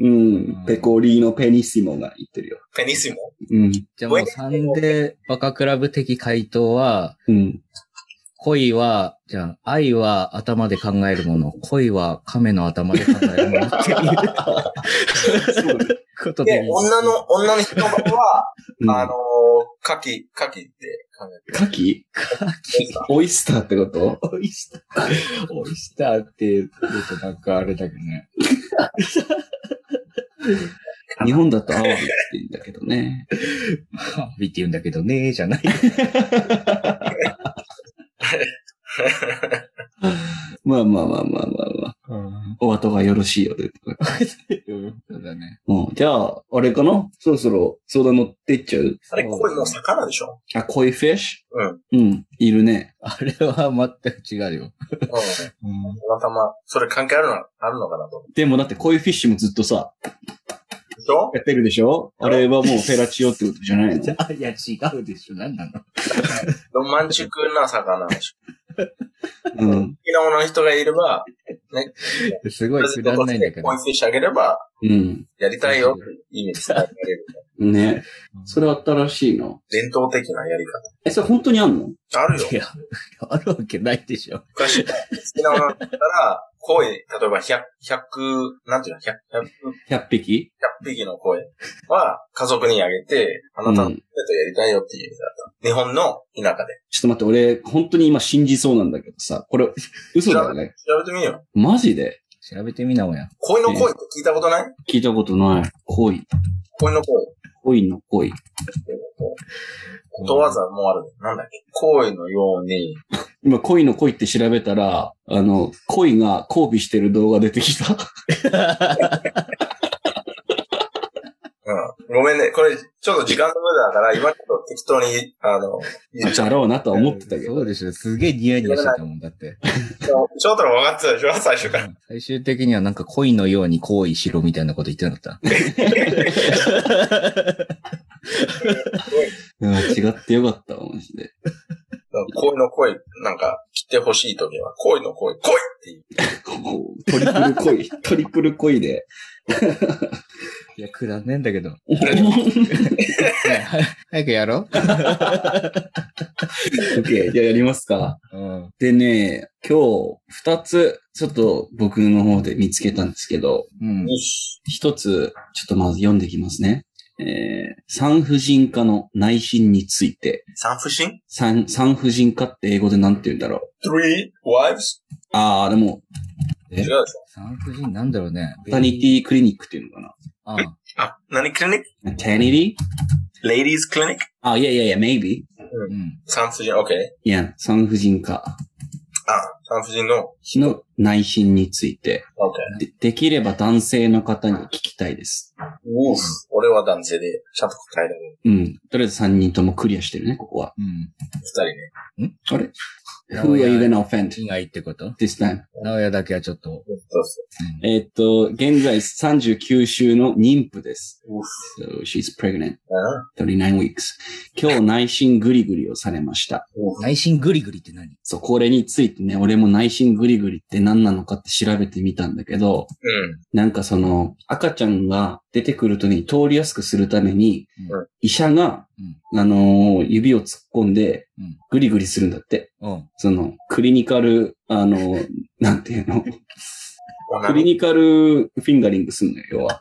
[SPEAKER 1] うん。ペコリーノペニッシモが言ってるよ。
[SPEAKER 2] ペニシモ。
[SPEAKER 1] うん。
[SPEAKER 3] じゃあもうサンデーバカクラブ的回答は、
[SPEAKER 1] うん。
[SPEAKER 3] 恋は、じゃあ、愛は頭で考えるもの、恋は亀の頭で考えるものっていう
[SPEAKER 1] そうね
[SPEAKER 3] ことでいい
[SPEAKER 2] で、女の、女の人の場合は、
[SPEAKER 1] うん
[SPEAKER 2] あのー、カキ、カキって考え
[SPEAKER 1] 牡蠣
[SPEAKER 2] てる。
[SPEAKER 1] オイスターってこと
[SPEAKER 3] オイスター、オイスター
[SPEAKER 4] だって言うとなんかあれだけどね。
[SPEAKER 1] 日本だとアワビって言うんだけどね。
[SPEAKER 3] ハービーって言うんだけどね、じゃない。
[SPEAKER 1] まあまあまあまあまあまあ。お後がよろしいようで。
[SPEAKER 4] そうだね。
[SPEAKER 1] うん、じゃあ、あれかなそろそろ相談乗ってっちゃう
[SPEAKER 2] あれ、これもう魚でしょ
[SPEAKER 1] あ、コイフィッシ
[SPEAKER 2] うん。うん。
[SPEAKER 1] ュうん、いるね。
[SPEAKER 3] あれは全く違うよ。
[SPEAKER 2] たまたま、それ関係あるの、あるのかなと思う。
[SPEAKER 1] でもだってコイフィッシュもずっとさ、
[SPEAKER 2] でしょ
[SPEAKER 1] やってるでしょあれはもうフェラチオってことじゃ ないの
[SPEAKER 3] あ、いや、違うでしょ。何なの
[SPEAKER 2] ロマンチックな魚でしょ。
[SPEAKER 1] うん。
[SPEAKER 2] 好きな女の人がいれば、
[SPEAKER 3] すごいくだらないんだけど
[SPEAKER 2] ポイ。捨てしてあげれば、
[SPEAKER 1] うん。
[SPEAKER 2] やりたいよっていう意味 で伝えられる。
[SPEAKER 1] ね。それは新しいな。
[SPEAKER 2] 伝統的なやり方。
[SPEAKER 1] え、それ本当にあんの
[SPEAKER 2] あるよ
[SPEAKER 3] い。や、あるわけないでしょ。
[SPEAKER 2] 昔、好きな女の人だったら、声、例えば100、100、なんていうの、100、100
[SPEAKER 1] ?100 匹
[SPEAKER 2] 100匹の声は家族にあげて、あなた
[SPEAKER 1] う
[SPEAKER 2] の声
[SPEAKER 1] ん
[SPEAKER 2] とやりたいよっていう意味だった。日本の田舎で。
[SPEAKER 1] ちょっと待って、俺、本当に今信じそうなんだけどさ、これ、嘘だよね。
[SPEAKER 2] 調べてみよう。
[SPEAKER 1] マジで
[SPEAKER 3] 調べてみなおや。
[SPEAKER 2] 恋の声って聞いたことない
[SPEAKER 1] 聞いたことない。恋。
[SPEAKER 2] 恋の声。
[SPEAKER 1] 恋の恋。
[SPEAKER 2] ことわざもある。なんだっけ恋のように。
[SPEAKER 1] 今、恋の恋って調べたら、あの、恋が交尾してる動画出てきた。
[SPEAKER 2] うん。ごめんね。これ、ちょっと時間の無駄だから、今ちょっと適当に、あの、言っち
[SPEAKER 1] じゃろうなとは思ってたけ
[SPEAKER 3] そ
[SPEAKER 1] ど。
[SPEAKER 3] うでしょ。すげえニヤニヤしてたもんだって。
[SPEAKER 2] ょっとちょっと分かってたでしょ最初から。
[SPEAKER 3] 最終的にはなんか恋のように行為しろみたいなこと言ってなかった。
[SPEAKER 1] うん違ってよかったわ、マジで。
[SPEAKER 2] 恋の声、なんか、来てほしいときは、恋の声、恋っていう。
[SPEAKER 1] トリプル恋。トリプル恋で。
[SPEAKER 3] いや、くだんねえんだけど。ねえは早くやろ
[SPEAKER 1] オッケー、じゃあやりますか。
[SPEAKER 3] う。うん。
[SPEAKER 1] でね、今日、二つ、ちょっと僕の方で見つけたんですけど、
[SPEAKER 3] うん。
[SPEAKER 2] よし。
[SPEAKER 1] 一つ、ちょっとまず読んできますね。えー、産婦人科の内診について。
[SPEAKER 2] 産婦人
[SPEAKER 1] 産、産婦人科って英語でなんて言うんだろう。
[SPEAKER 2] ?three wives?
[SPEAKER 1] あー、でも、
[SPEAKER 2] 違うでしょ
[SPEAKER 3] 産婦人なんだろうね。
[SPEAKER 1] パタニティクリニックっていうのか
[SPEAKER 3] あ
[SPEAKER 2] あ、何クリニック
[SPEAKER 1] な。タニティ
[SPEAKER 2] レイディーズクリニック
[SPEAKER 1] あー、いやいやいや、maybe。
[SPEAKER 3] うん。
[SPEAKER 2] 産婦人、OK。
[SPEAKER 1] いや、産婦人科
[SPEAKER 2] あ、産婦人の、
[SPEAKER 1] の内診について。
[SPEAKER 2] OK。
[SPEAKER 1] でできれば男性の方に聞きたいです。
[SPEAKER 2] うー俺は男性で、ちゃんと答えられる。
[SPEAKER 1] うん。とりあえず3人ともクリアしてるね、ここは。
[SPEAKER 3] うん。
[SPEAKER 2] 二人ね。
[SPEAKER 1] あれ
[SPEAKER 3] や
[SPEAKER 1] ?Who are you gonna offend
[SPEAKER 3] 以外ってこと
[SPEAKER 1] this time?
[SPEAKER 3] 直屋だけはちょっと。
[SPEAKER 2] そうそ
[SPEAKER 1] えーっと、現在39週の妊婦です。
[SPEAKER 2] う。う
[SPEAKER 1] So she's pregnant.
[SPEAKER 2] ん。
[SPEAKER 1] 39 weeks. 今日内心グリグリをされました。
[SPEAKER 2] う
[SPEAKER 3] 内心グリグリって何
[SPEAKER 1] そう、これについてね、俺も内心グリグリって何なのかって調べてみたんだけど、
[SPEAKER 2] ん。
[SPEAKER 1] なんかその、赤ちゃんが出てくるときに通りやすくするために、
[SPEAKER 2] うん
[SPEAKER 1] 医者が、あのー指を突っ込んで
[SPEAKER 3] うん、
[SPEAKER 1] グリグリするんだって。
[SPEAKER 3] うん。うん。
[SPEAKER 1] その、クリニカル、あの ーなんていうの
[SPEAKER 2] おな
[SPEAKER 1] クリ
[SPEAKER 2] に
[SPEAKER 1] ニカルフィンガリングすんのよ、要は。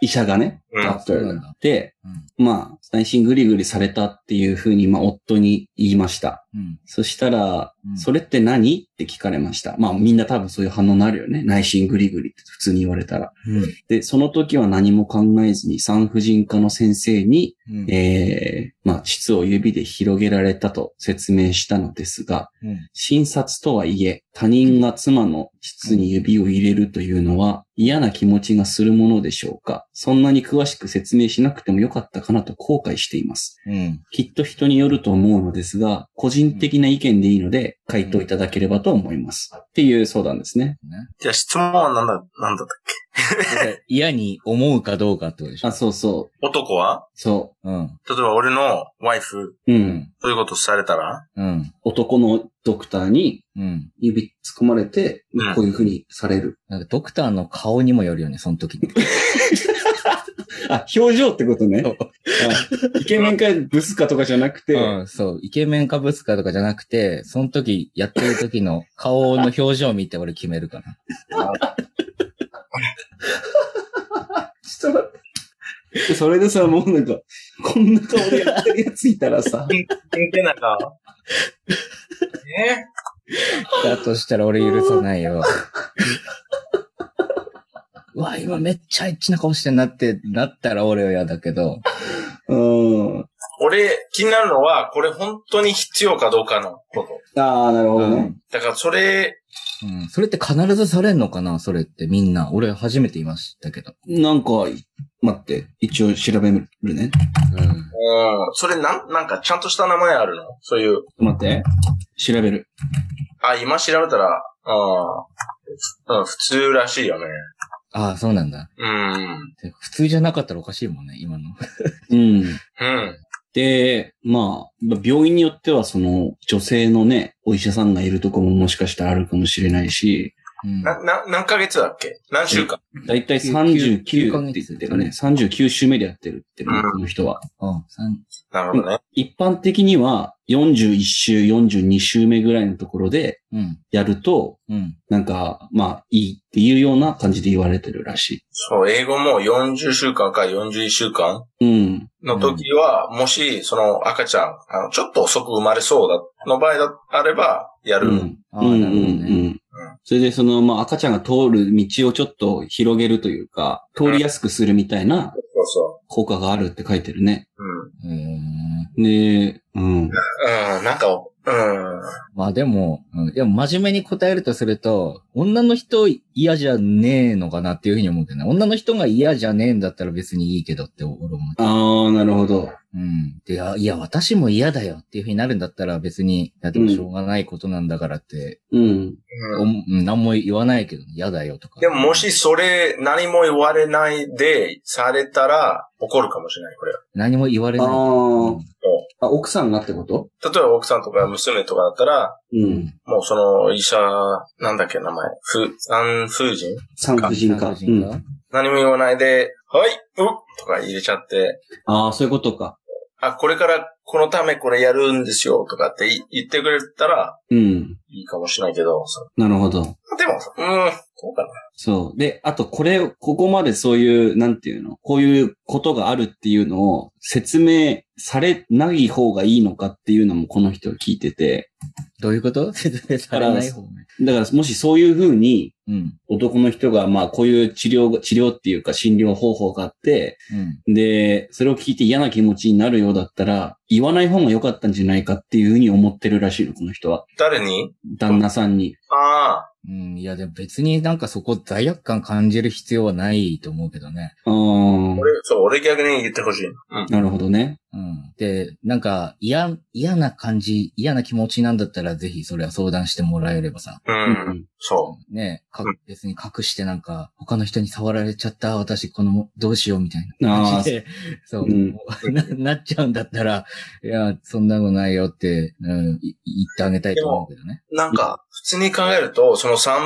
[SPEAKER 1] 医者がね、
[SPEAKER 2] うん。うん。
[SPEAKER 1] ダクター
[SPEAKER 3] そうなん
[SPEAKER 1] が
[SPEAKER 3] だ。
[SPEAKER 1] で、
[SPEAKER 3] うん。
[SPEAKER 1] まあ、内心グリグリされたっていうふうに、まあ、夫に言いました。そしたら、
[SPEAKER 3] うん。
[SPEAKER 1] それって何って聞かれました。まあ、みんな多分そういう反応になるよね。内心グリグリって普通に言われたら。
[SPEAKER 3] うん。
[SPEAKER 1] で、その時は何も考えずに産婦人科の先生に、
[SPEAKER 3] うん。
[SPEAKER 1] ええまあ、膣を指で広げられたと説明したのですが、
[SPEAKER 3] うん。
[SPEAKER 1] 診察とはいえ、他人が妻の膣に指を入れるというのは嫌な気持ちがするものでしょうかそんなに詳しく説明しなくてもよかったかなと後悔しています。
[SPEAKER 3] うん。
[SPEAKER 1] きっと人によると思うのですが、個人的な意見でいいので回答いただければと思います。っていう相談ですね。
[SPEAKER 3] ね。
[SPEAKER 2] じゃあ質問は何だ、何だったっ
[SPEAKER 3] 嫌に思うかどうかってことでしょ
[SPEAKER 1] あ、そうそう。
[SPEAKER 2] け男は
[SPEAKER 1] そ
[SPEAKER 3] うん。
[SPEAKER 2] 例えば俺のワイフ、
[SPEAKER 1] う。う。
[SPEAKER 3] うんん。
[SPEAKER 2] そういうことされたら
[SPEAKER 3] うん。
[SPEAKER 1] 男のドクターに
[SPEAKER 3] うん。
[SPEAKER 1] 指突っ込まれて
[SPEAKER 2] うん、
[SPEAKER 1] こういうふうにされる。
[SPEAKER 3] なんかドクターの顔にもよるよね、その時に。
[SPEAKER 1] あ、表情ってことね。あイケメンかブスかとかじゃなくて、
[SPEAKER 3] うん、そう。イケメンかブスかとかじゃなくて、その時、やってる時の顔の表情を見て俺決めるから。
[SPEAKER 1] ちょっと待って。それでさ、もうなんか、こんな顔でやってるやついたら さ、
[SPEAKER 2] 関係ない か。ね
[SPEAKER 3] だとしたら俺許さない よ。うわ、今めっちゃエッチな顔してんなって、なったら俺は嫌だけど。
[SPEAKER 1] うん。
[SPEAKER 2] 俺、気になるのは、これ本当に必要かどうかのこと。
[SPEAKER 1] ああ、なるほど
[SPEAKER 3] う
[SPEAKER 1] ね
[SPEAKER 3] ん。
[SPEAKER 2] だから、それ、
[SPEAKER 3] うん、それって必ずされんのかなそれってみんな。俺初めて言いましたけど。
[SPEAKER 1] なんか、待って、一応調べるね。
[SPEAKER 3] うん。
[SPEAKER 2] うん、それなん、なんかちゃんとした名前あるのそういう。
[SPEAKER 1] 待って、調べる。
[SPEAKER 2] あ、今調べたら、うん、うん、普通らしいよね。
[SPEAKER 3] ああ、そうなんだ。
[SPEAKER 2] うん、
[SPEAKER 3] で普通じゃなかったらおかしいもんね、今の。
[SPEAKER 1] うん。
[SPEAKER 2] うん、
[SPEAKER 1] で、まあ、まあ病院によってはその女性のね、お医者さんがいるとこももしかしたらあるかもしれないし、
[SPEAKER 3] うん。
[SPEAKER 2] な、な、何ヶ月だっけ何週間
[SPEAKER 1] だいたい
[SPEAKER 3] 39
[SPEAKER 1] 39って言ってるね、39週目でやってるってね、この人は。
[SPEAKER 3] うんさん
[SPEAKER 2] なるほどね。
[SPEAKER 1] 一般的には41週、42週目ぐらいのところで
[SPEAKER 3] うん。
[SPEAKER 1] やると、
[SPEAKER 3] うん。
[SPEAKER 1] なんか、まあ、いいっていうような感じで言われてるらし
[SPEAKER 2] そう、英語も40週間か41週間
[SPEAKER 1] い。うん。
[SPEAKER 2] の時は、もし、その赤ちゃん、あの、ちょっと遅く生まれそうだ、の場合だ、あれば、や
[SPEAKER 1] う
[SPEAKER 2] る。
[SPEAKER 1] ん。
[SPEAKER 3] ああ、なるほどね。
[SPEAKER 1] ん。それで、その、まあ、赤ちゃんが通る道をちょっと広げるというか、通りやすくするみたいな
[SPEAKER 2] そうそ
[SPEAKER 1] 効果があるって書いてるね。
[SPEAKER 2] う。うん。
[SPEAKER 3] うん。
[SPEAKER 1] で、うん。
[SPEAKER 2] うん、なんか、うん。
[SPEAKER 3] まあでも、うん、いや、真面目に答えるとすると、女の人嫌じゃねえのかなっていうふうに思うけどね。女の人が嫌じゃねえんだったら別にいいけどって俺思う。
[SPEAKER 1] ああ、なるほど。
[SPEAKER 3] うん。で、あいや、私も嫌だよっていうふうになるんだったら別に、いや、でもしょうがないことなんだからって、
[SPEAKER 1] うん。
[SPEAKER 3] おんうん、何も言わないけど、嫌だよとか。
[SPEAKER 2] でももしそれ何も言われないでされたら怒るかもしれない、これ。
[SPEAKER 3] 何も言われない。
[SPEAKER 1] あ
[SPEAKER 3] う
[SPEAKER 1] ー
[SPEAKER 3] ん
[SPEAKER 1] あ、奥さんがってこと
[SPEAKER 2] 例えば奥さんとか娘とかだったら、
[SPEAKER 1] う。
[SPEAKER 3] うんん。
[SPEAKER 2] もうその医者、なんだっけ名前、ふ、産婦人
[SPEAKER 1] 産婦人科。
[SPEAKER 3] 産婦人
[SPEAKER 1] うん
[SPEAKER 3] 科
[SPEAKER 2] 何も言わないで、はい、うっとか入れちゃって、
[SPEAKER 1] ああ、そういうことか。
[SPEAKER 2] あ、これからこのためこれやるんですよとかってい言ってくれたら
[SPEAKER 1] うん。
[SPEAKER 2] いいかもしれないけど、そ
[SPEAKER 1] なるほど。
[SPEAKER 2] でも、うん、そうかな。
[SPEAKER 1] そう。で、あとこれ、ここまでそういう、なんていうの、こういうことがあるっていうのを説明されない方がいいのかっていうのもこの人は聞いてて、
[SPEAKER 3] どういうこと 説明されない方ね。
[SPEAKER 1] だからもしそういうふうに
[SPEAKER 3] うん。
[SPEAKER 1] 男の人が、まあこういう治療が、治療っていうか診療方法があって、
[SPEAKER 3] うん。
[SPEAKER 1] で、それを聞いて嫌な気持ちになるようだったら、言わない方が良かったんじゃないかっていうふうに思ってるらしいの、この人は。
[SPEAKER 2] 誰に
[SPEAKER 1] 旦那さんに。
[SPEAKER 2] ああ、
[SPEAKER 3] うん。いや、でも別になんかそこ罪悪感感じる必要はないと思うけどね。
[SPEAKER 1] あー
[SPEAKER 2] 俺、そう、俺逆に言ってほしい。うん。
[SPEAKER 1] なるほどね。
[SPEAKER 3] うん。で、なんか、嫌、嫌な感じ、嫌な気持ちなんだったら、ぜひそれは相談してもらえればさ。
[SPEAKER 2] う、
[SPEAKER 1] うんん。
[SPEAKER 2] そ
[SPEAKER 3] ねか
[SPEAKER 2] うん
[SPEAKER 3] 別に隠してなんか、他の人に触られちゃった、私、この、どうしようみたいな感じで、そう、
[SPEAKER 1] うん
[SPEAKER 3] な、なっちゃうんだったら、いや、そんなことないよって、うん、い言ってあげたいと思うけどね。
[SPEAKER 2] う。なんか、普通に考えると、その産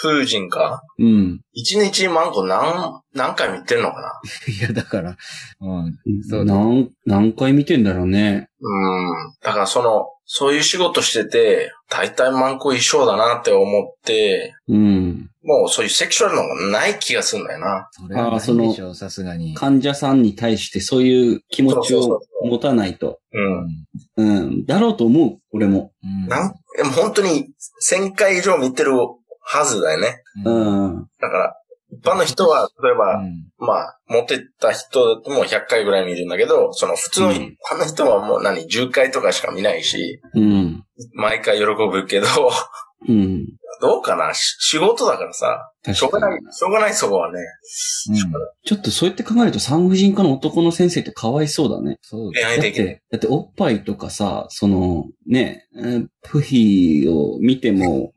[SPEAKER 2] 婦人か
[SPEAKER 1] うん。
[SPEAKER 2] 一日マンコ何、何回も言ってんのかない
[SPEAKER 3] や、だから、うん、そうだ
[SPEAKER 1] 何、何回見てんだろうね。
[SPEAKER 2] うん。だからその、そういう仕事してて、大体マンコ一生だなって思って、
[SPEAKER 1] うん。
[SPEAKER 2] もうそういうセクシュアルのがない気がするんだよな。
[SPEAKER 3] それはないでしょ、さすがに。
[SPEAKER 1] 患者さんに対してそういう気持ち
[SPEAKER 2] そうそう
[SPEAKER 1] を
[SPEAKER 2] そう
[SPEAKER 1] 持たないと。
[SPEAKER 3] う
[SPEAKER 2] うん。
[SPEAKER 3] ん。
[SPEAKER 1] うん。だろうと思う、俺も。
[SPEAKER 3] うん
[SPEAKER 2] なん、でも本当に1000回以上見てるはずだよね。
[SPEAKER 1] う
[SPEAKER 3] うん。
[SPEAKER 1] ん。
[SPEAKER 2] だから、一般の人は、例えば、まあ、モテた人も100回ぐらい見るんだけど、その普通の一般の人はもう何、10回とかしか見ないし、
[SPEAKER 1] うん。
[SPEAKER 2] 毎回喜ぶけど、
[SPEAKER 1] うん。
[SPEAKER 2] どうかなし仕事だからさ、しょう
[SPEAKER 1] 確
[SPEAKER 2] が
[SPEAKER 1] か
[SPEAKER 2] ない
[SPEAKER 1] に。、
[SPEAKER 2] しょうがないそこはね。
[SPEAKER 3] うん
[SPEAKER 1] ちょっとそうやって考えると産婦人科の男の先生ってかわいそうだね。
[SPEAKER 3] そう
[SPEAKER 2] 恋
[SPEAKER 1] だ
[SPEAKER 3] だ。
[SPEAKER 2] 愛
[SPEAKER 1] っ
[SPEAKER 2] 的に。
[SPEAKER 1] て、だっておっぱいとかさ、その、ね、えープヒを見て も、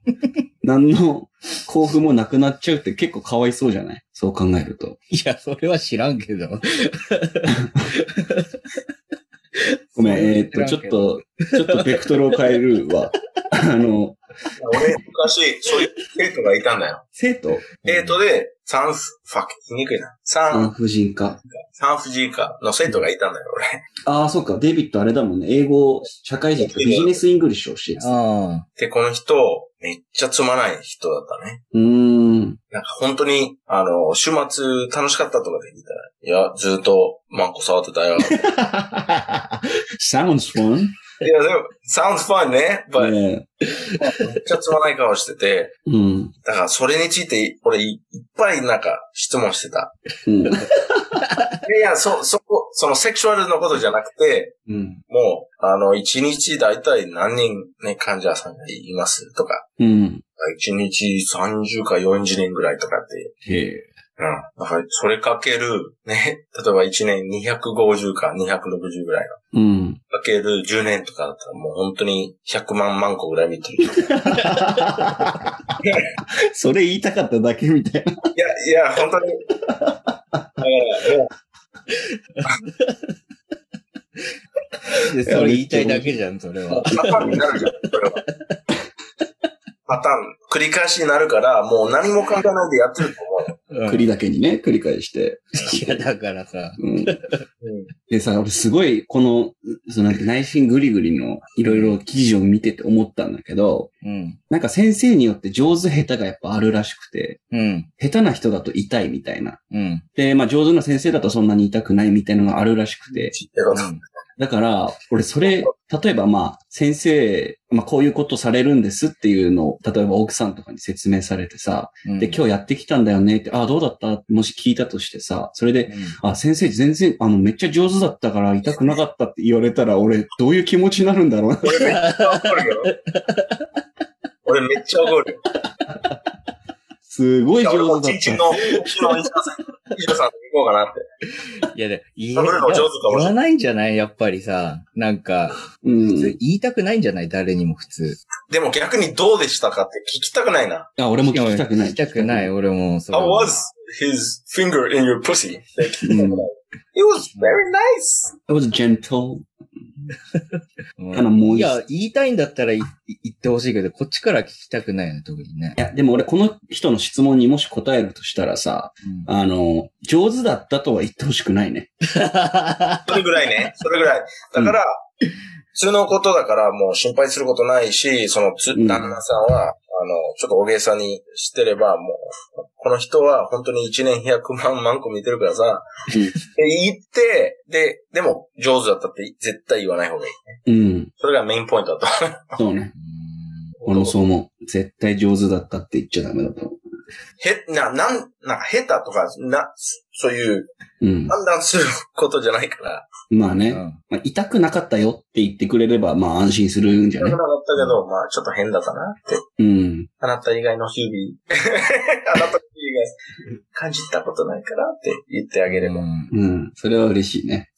[SPEAKER 1] 何の興奮もなくなっちゃうって結構かわいそうじゃないそう考えると。
[SPEAKER 3] いや、それは知らんけど。
[SPEAKER 1] ごめん、えーっと、ちょっと、ちょっとベクトルを変える わ。あの、
[SPEAKER 2] 俺、昔、そういう生徒がいたんだよ。
[SPEAKER 1] 生徒
[SPEAKER 2] デートで、産婦、ファック、言いにくいな。
[SPEAKER 1] 産
[SPEAKER 2] 産、
[SPEAKER 1] 婦人科。
[SPEAKER 2] 産婦人科の生徒がいたんだよ、俺。
[SPEAKER 1] ああ、そうか。デイビッドあれだもんね。英語、社会人とかビジネスイングリッシュを教えてた。
[SPEAKER 3] あ
[SPEAKER 2] で、この人、めっちゃつまらない人だったね。
[SPEAKER 1] うーん。
[SPEAKER 2] なんか本当に、あの、週末楽しかったとかで聞いたら、いや、ずっとマンコ触ってたよ。いや、
[SPEAKER 1] Sounds fun.
[SPEAKER 2] でも、sounds fun ね。But
[SPEAKER 1] ね
[SPEAKER 2] めっちゃつまらない顔してて、
[SPEAKER 1] うん。
[SPEAKER 2] だからそれについて、俺いいっぱいなんか質問してた。
[SPEAKER 1] うん。
[SPEAKER 2] いやいや、そ、そこ、そのセクシュアルのことじゃなくて、
[SPEAKER 1] うん。
[SPEAKER 2] もう、あの、一日だいたい何人ね、患者さんがいますとか、
[SPEAKER 1] うん。
[SPEAKER 2] 一日30か40人ぐらいとかって
[SPEAKER 1] へえ。
[SPEAKER 2] うん。だから、それかける、ね、例えば1年250か260ぐらいの。
[SPEAKER 1] うん。
[SPEAKER 2] かける10年とかだったらもう本当に100万万個ぐらい見てる。い
[SPEAKER 1] それ言いたかっただけみ たいな。
[SPEAKER 2] や、いや、本当に。だからも
[SPEAKER 3] あ。で、それ言いたいだけじゃん、それは。
[SPEAKER 2] うパターンになるじゃん、それは。パターン、繰り返しになるから、もう何も考えないでやってると思うよ。
[SPEAKER 3] うん
[SPEAKER 1] 栗だけにね、繰り返して。
[SPEAKER 3] いや、だからさ。
[SPEAKER 1] うん。
[SPEAKER 2] うん。
[SPEAKER 1] でさ、俺すごい、この、そのなんか内心グリグリのいろいろ記事を見てて思ったんだけど、
[SPEAKER 3] うん。
[SPEAKER 1] なんか先生によって上手下手がやっぱあるらしくて、
[SPEAKER 3] うん。
[SPEAKER 1] 下手な人だと痛いみたいな。
[SPEAKER 3] うん。
[SPEAKER 1] で、まあ上手な先生だとそんなに痛くないみたいなのがあるらしくて、
[SPEAKER 2] 知 ってること。
[SPEAKER 1] だから、俺それ、例えばまあ、先生、まあこういうことされるんですっていうのを、例えば奥さんとかに説明されてさ、
[SPEAKER 3] うん。
[SPEAKER 1] で、今日やってきたんだよねって、ああ、どうだったもし聞いたとしてさ、それで、
[SPEAKER 3] うん
[SPEAKER 1] あ、先生全然、あの、めっちゃ上手だったから痛くなかったって言われたら、俺、どういう気持ちになるんだろうな。
[SPEAKER 2] 俺めっちゃ怒るよ。俺めっちゃ怒るよ。
[SPEAKER 1] すごい
[SPEAKER 2] いや俺
[SPEAKER 1] 上
[SPEAKER 2] も
[SPEAKER 1] 手
[SPEAKER 2] ち
[SPEAKER 1] だ
[SPEAKER 2] んちん
[SPEAKER 1] った。
[SPEAKER 2] の、ちんちんの医者さん、医者さん行こうかなって。
[SPEAKER 3] いやで、言え
[SPEAKER 2] 食べるの上手かもしれない
[SPEAKER 3] 言わないんじゃないやっぱりさ。なんか、
[SPEAKER 1] う
[SPEAKER 3] 普通
[SPEAKER 1] ん。
[SPEAKER 3] 言いたくないんじゃない誰にも普通。
[SPEAKER 2] でも逆にどうでしたかって聞きたくないな。
[SPEAKER 1] あ、俺も聞きたくない。
[SPEAKER 3] 聞きたくない、俺も。それ
[SPEAKER 2] I
[SPEAKER 3] は
[SPEAKER 2] was his finger in your pussy. って聞きたくない It
[SPEAKER 1] うん
[SPEAKER 2] was very nice.
[SPEAKER 1] It was gentle.
[SPEAKER 3] うん
[SPEAKER 1] ただもう
[SPEAKER 3] いや、言いたいんだったらいい言ってほしいけど、こっちから聞きたくないよね、特にね
[SPEAKER 1] い。や、でも俺、この人の質問にもし答えるとしたらさ、
[SPEAKER 3] うん
[SPEAKER 1] あの、上手だったとは言ってほしくないね。
[SPEAKER 2] それぐらい ね。それぐらい。だから、普通のことだからもう心配することないし、そのつ
[SPEAKER 1] うん
[SPEAKER 2] 旦那さんは、あの、ちょっと大げさにしてれば、もう、この人は本当に1年100万万個見てるからさ、
[SPEAKER 1] うん
[SPEAKER 2] で言って、で、でも上手だったって絶対言わない方がいい。
[SPEAKER 1] うん。
[SPEAKER 2] それがメインポイントだと。
[SPEAKER 1] そうね。俺もそう思う。絶対上手だったって言っちゃダメだと思
[SPEAKER 2] へ、な、なん、なんか下手とか、な、そういう
[SPEAKER 1] う。うん。
[SPEAKER 2] 判断することじゃないから、
[SPEAKER 1] まあ
[SPEAKER 3] う
[SPEAKER 1] ね、
[SPEAKER 3] ん
[SPEAKER 1] まあ、痛くなかったよって言ってくれれば、まあ安心するんじゃ
[SPEAKER 2] 痛く
[SPEAKER 1] ね
[SPEAKER 2] なかったけど、まあ、ちょっと変だったなって。
[SPEAKER 1] うん。
[SPEAKER 2] あなた以外の日々、 あなた以外感じたことないからって言ってあげれば。
[SPEAKER 3] うん
[SPEAKER 1] うん。それは嬉しいね。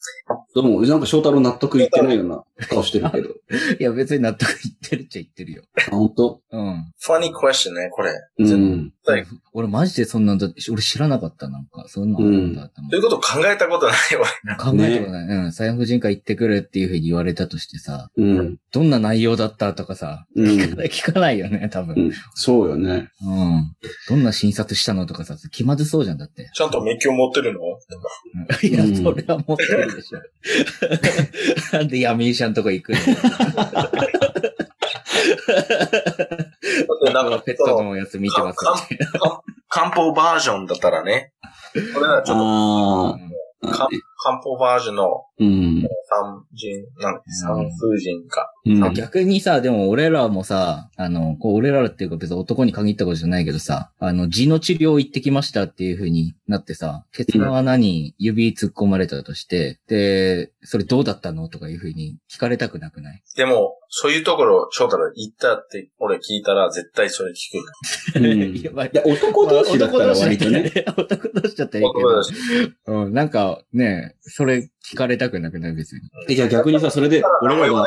[SPEAKER 1] どうも、なんか翔太郎納得いってないような顔してるけど。
[SPEAKER 3] いや、別に納得言ってるっちゃ言ってるよ。
[SPEAKER 1] あ、ほんと
[SPEAKER 3] うん。
[SPEAKER 2] funny question ね、これ。
[SPEAKER 1] う
[SPEAKER 2] 絶
[SPEAKER 1] ん。
[SPEAKER 2] 対
[SPEAKER 3] 俺マジでそんなんだ、俺知らなかった、なんか。そんなのあったん
[SPEAKER 2] そうい
[SPEAKER 3] だ
[SPEAKER 2] うこと考えたことないわ。
[SPEAKER 3] 考えたことない。うん。産婦人科行ってくるっていうふうに言われたとしてさ、
[SPEAKER 1] うん。
[SPEAKER 3] どんな内容だったとかさ、
[SPEAKER 1] うん。
[SPEAKER 3] 聞かないよね、多分。
[SPEAKER 1] そうよね。
[SPEAKER 3] うん。どんな診察したのとかさ、気まずそうじゃんだって。
[SPEAKER 2] ちゃんと免許持ってるの
[SPEAKER 3] いや、
[SPEAKER 1] うん
[SPEAKER 3] それは持ってるでしょ。 なんで闇医者のとこ行くの
[SPEAKER 2] なんか、
[SPEAKER 3] ペッ
[SPEAKER 2] そ
[SPEAKER 3] トの
[SPEAKER 2] の
[SPEAKER 3] おやつ見てますって。
[SPEAKER 2] 漢方バージョンだったら ね。これはちょっと
[SPEAKER 1] ああ
[SPEAKER 2] か。漢方バージョンの
[SPEAKER 1] うん。
[SPEAKER 2] 産人、なんだ産婦人か。
[SPEAKER 1] う
[SPEAKER 3] うん
[SPEAKER 1] ん。
[SPEAKER 3] 逆にさ、でも俺らもさ、あの、こう俺らっていうか別に男に限ったことじゃないけどさ、あの、痔の治療行ってきましたっていう風になってさ、ケツの穴に指突っ込まれたとして、で、それどうだったのとかいう風に聞かれたくなくない
[SPEAKER 2] でも、そういうところ、翔太郎行ったって、俺聞いたら、絶対それ聞く。
[SPEAKER 1] う ん
[SPEAKER 3] いやまあ
[SPEAKER 1] いや男同士だったら割とね。
[SPEAKER 3] 男同士だったらいいけ
[SPEAKER 2] 男
[SPEAKER 3] ど
[SPEAKER 2] だ。し
[SPEAKER 3] うん、なんかね、それ聞かれたくなくない別に。
[SPEAKER 1] えじゃあ逆にさ、それで、俺らが、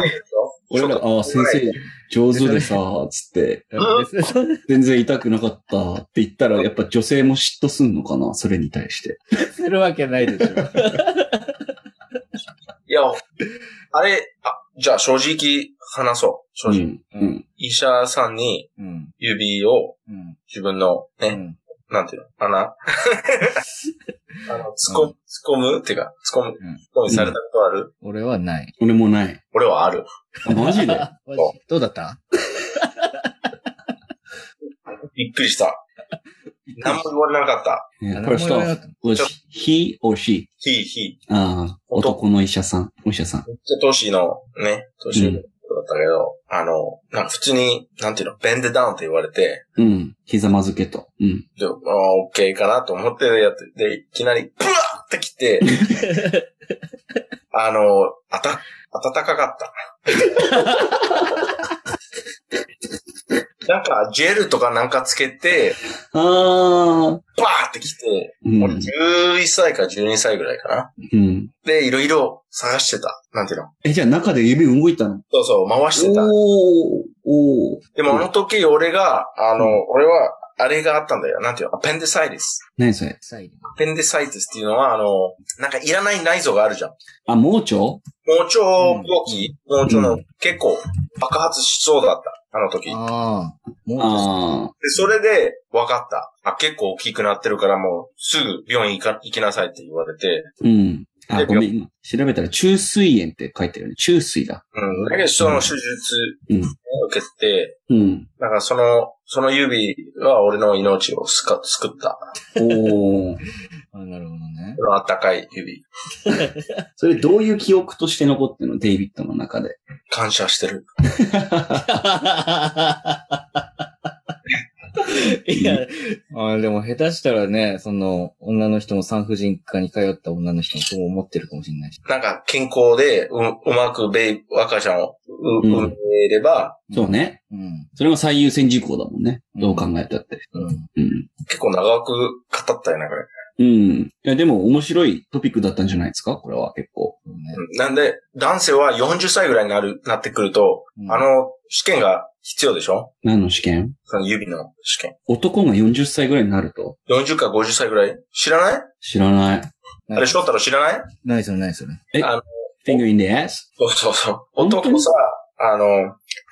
[SPEAKER 1] 俺らが、ああ、先生、上手でさ、つって、
[SPEAKER 2] うん
[SPEAKER 3] 別にそんな
[SPEAKER 1] 全然痛くなかったって言ったら、やっぱ女性も嫉妬すんのかなそれに対して。
[SPEAKER 3] するわけないでしょ。
[SPEAKER 2] いや、あれ、あ、じゃあ正直話そう。正
[SPEAKER 1] う
[SPEAKER 2] 直。
[SPEAKER 1] ん。うん。
[SPEAKER 2] 医者さんに
[SPEAKER 3] うん。
[SPEAKER 2] 指を
[SPEAKER 3] うん。
[SPEAKER 2] 自分の
[SPEAKER 3] う
[SPEAKER 2] ね、
[SPEAKER 3] ん。
[SPEAKER 2] なんていうの穴 あの、突っ込む、突っ込むっていうか、突っ込む、突っ込みされたことある、
[SPEAKER 3] 俺はない。
[SPEAKER 1] 俺もない。
[SPEAKER 2] 俺はある。
[SPEAKER 1] あマ ジで
[SPEAKER 3] マジどうだった
[SPEAKER 2] びっくりした。何も言われなかった。
[SPEAKER 1] Yeah,
[SPEAKER 3] あ
[SPEAKER 1] First
[SPEAKER 3] 何も言わな
[SPEAKER 1] off,
[SPEAKER 3] かっ
[SPEAKER 1] was
[SPEAKER 2] ちょ
[SPEAKER 1] he or she?
[SPEAKER 2] ひいひい。
[SPEAKER 1] ああ、
[SPEAKER 2] 男
[SPEAKER 1] 男の医者さん、お医者さん。
[SPEAKER 2] めっちゃ年のね、年上の子だったけど、あの、なんか普通に、なんていうの、ベンデダウンって言われて、
[SPEAKER 1] うん。ひざまずけと。うん。
[SPEAKER 2] で、あーオッケーかなと思ってやって、で、いきなり、ブワーって 来て、あの、あた、暖か かった。なんか、ジェルとかなんかつけて、
[SPEAKER 1] ああ。
[SPEAKER 2] バーって来て、
[SPEAKER 1] うん。
[SPEAKER 2] 俺11歳か12歳ぐらいかな。
[SPEAKER 1] うん。
[SPEAKER 2] で、いろいろ探してた。なんていうの
[SPEAKER 1] え、じゃあ中で指動いたの
[SPEAKER 2] そうそう、回してた。
[SPEAKER 1] おー、おー。
[SPEAKER 2] でもあの時俺が、あの、俺は、あれがあったんだよ。なんていうのアペンデサイティス。
[SPEAKER 1] 何それ
[SPEAKER 3] サイレン
[SPEAKER 2] アペンデサイティスっていうのは、あの、なんかいらない内臓があるじゃん。
[SPEAKER 1] あ、盲腸
[SPEAKER 2] 盲腸病気、盲腸の結構爆発しそうだった。あの時。で、
[SPEAKER 3] ああ、もうちょっと
[SPEAKER 1] ああ。
[SPEAKER 2] それで分かった。あ、結構大きくなってるからもうすぐ病院行か行きなさいって言われて。
[SPEAKER 1] うん。あ、
[SPEAKER 2] で
[SPEAKER 1] ごめん。今調べたら、中水炎って書いてるね。中水だ。
[SPEAKER 2] うん。だけどその手術
[SPEAKER 1] うん。
[SPEAKER 2] 受けて、
[SPEAKER 1] うん。
[SPEAKER 2] なんかその、その指は俺の命をすか救った。
[SPEAKER 1] おー。
[SPEAKER 3] あなるほどね。
[SPEAKER 2] あったかい指。
[SPEAKER 1] それどういう記憶として残ってるのデイビッドの中で。
[SPEAKER 2] 感謝してる。
[SPEAKER 3] いや、あでも下手したらね、その、女の人も産婦人科に通った女の人もそう思ってるかもしれないし。
[SPEAKER 2] なんか健康でううまくベイ、赤ちゃんを
[SPEAKER 1] う
[SPEAKER 2] う
[SPEAKER 1] ん
[SPEAKER 2] 産めれば、
[SPEAKER 1] そうね。
[SPEAKER 3] うん。
[SPEAKER 1] それが最優先事項だもんね。
[SPEAKER 3] うん
[SPEAKER 1] どう考えたって。
[SPEAKER 3] うん。
[SPEAKER 1] うん。
[SPEAKER 2] 結構長く語ったよね、これ。
[SPEAKER 1] うん。いや、でも面白いトピックだったんじゃないですかこれは結構。
[SPEAKER 3] そうね
[SPEAKER 2] うんなんで、男性は40歳ぐらいになる、なってくると、
[SPEAKER 3] うん
[SPEAKER 2] あの、試験が必要でしょ
[SPEAKER 1] 何の試験
[SPEAKER 2] その指の試験。
[SPEAKER 1] 男が40歳ぐらいになると
[SPEAKER 2] 40か50歳ぐらい知らない
[SPEAKER 1] 知らない。
[SPEAKER 2] あれ、翔太郎知らない
[SPEAKER 3] 何それ何それ。
[SPEAKER 1] え
[SPEAKER 2] あの
[SPEAKER 1] finger in the ass?
[SPEAKER 2] そうそうそう。
[SPEAKER 1] 本当に
[SPEAKER 2] 男さ、あの、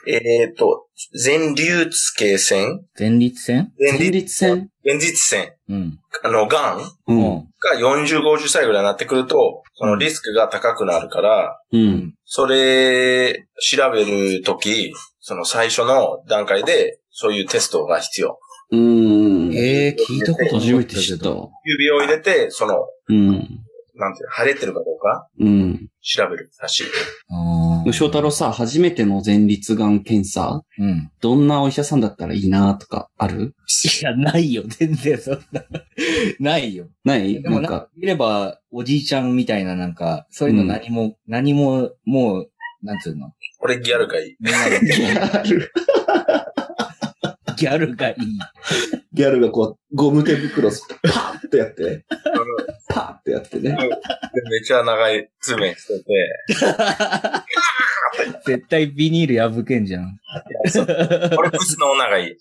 [SPEAKER 2] えっ、と、前立系線
[SPEAKER 3] 前立腺
[SPEAKER 2] 前
[SPEAKER 1] 前
[SPEAKER 2] 立、
[SPEAKER 1] 立腺
[SPEAKER 2] 前立腺
[SPEAKER 3] うん。
[SPEAKER 2] あの、癌
[SPEAKER 1] う。
[SPEAKER 3] うんん。
[SPEAKER 2] が40、50歳ぐらいになってくると、そのリスクが高くなるから、
[SPEAKER 1] うん。
[SPEAKER 2] それ、調べるとき、その最初の段階で、そういうテストが必要。
[SPEAKER 1] うん。
[SPEAKER 3] ええ聞いたことな
[SPEAKER 1] 初
[SPEAKER 3] か
[SPEAKER 1] め
[SPEAKER 3] ってた
[SPEAKER 1] 知
[SPEAKER 3] け
[SPEAKER 1] った
[SPEAKER 3] ど。
[SPEAKER 1] わ。
[SPEAKER 2] 指を入れて、その、
[SPEAKER 1] うん。
[SPEAKER 2] なんていうの、腫れてるかどうか
[SPEAKER 1] うん。
[SPEAKER 2] 調べるらしい。
[SPEAKER 3] ああ。
[SPEAKER 1] 翔太郎さ、初めての前立がん検査
[SPEAKER 3] うん。
[SPEAKER 1] どんなお医者さんだったらいいなとかある
[SPEAKER 3] いや、ないよ。全然そんな。ないよ。
[SPEAKER 1] ない
[SPEAKER 3] で
[SPEAKER 1] な
[SPEAKER 3] も
[SPEAKER 1] ん
[SPEAKER 3] なんか
[SPEAKER 1] か、、
[SPEAKER 3] 見れば、おじいちゃんみたいな、なんか、そういうの何も、何も、もう、なんつうの。
[SPEAKER 2] 俺ギャルがいい。
[SPEAKER 3] みんなが
[SPEAKER 1] ギャル。
[SPEAKER 3] ギャルがいい。
[SPEAKER 1] ギャルがこう、ゴム手袋パ ーってやって、パーってやってね。
[SPEAKER 2] めっちゃ長い爪してて、
[SPEAKER 3] 絶対ビニール破けんじゃん。
[SPEAKER 2] 俺ブスの女がいい。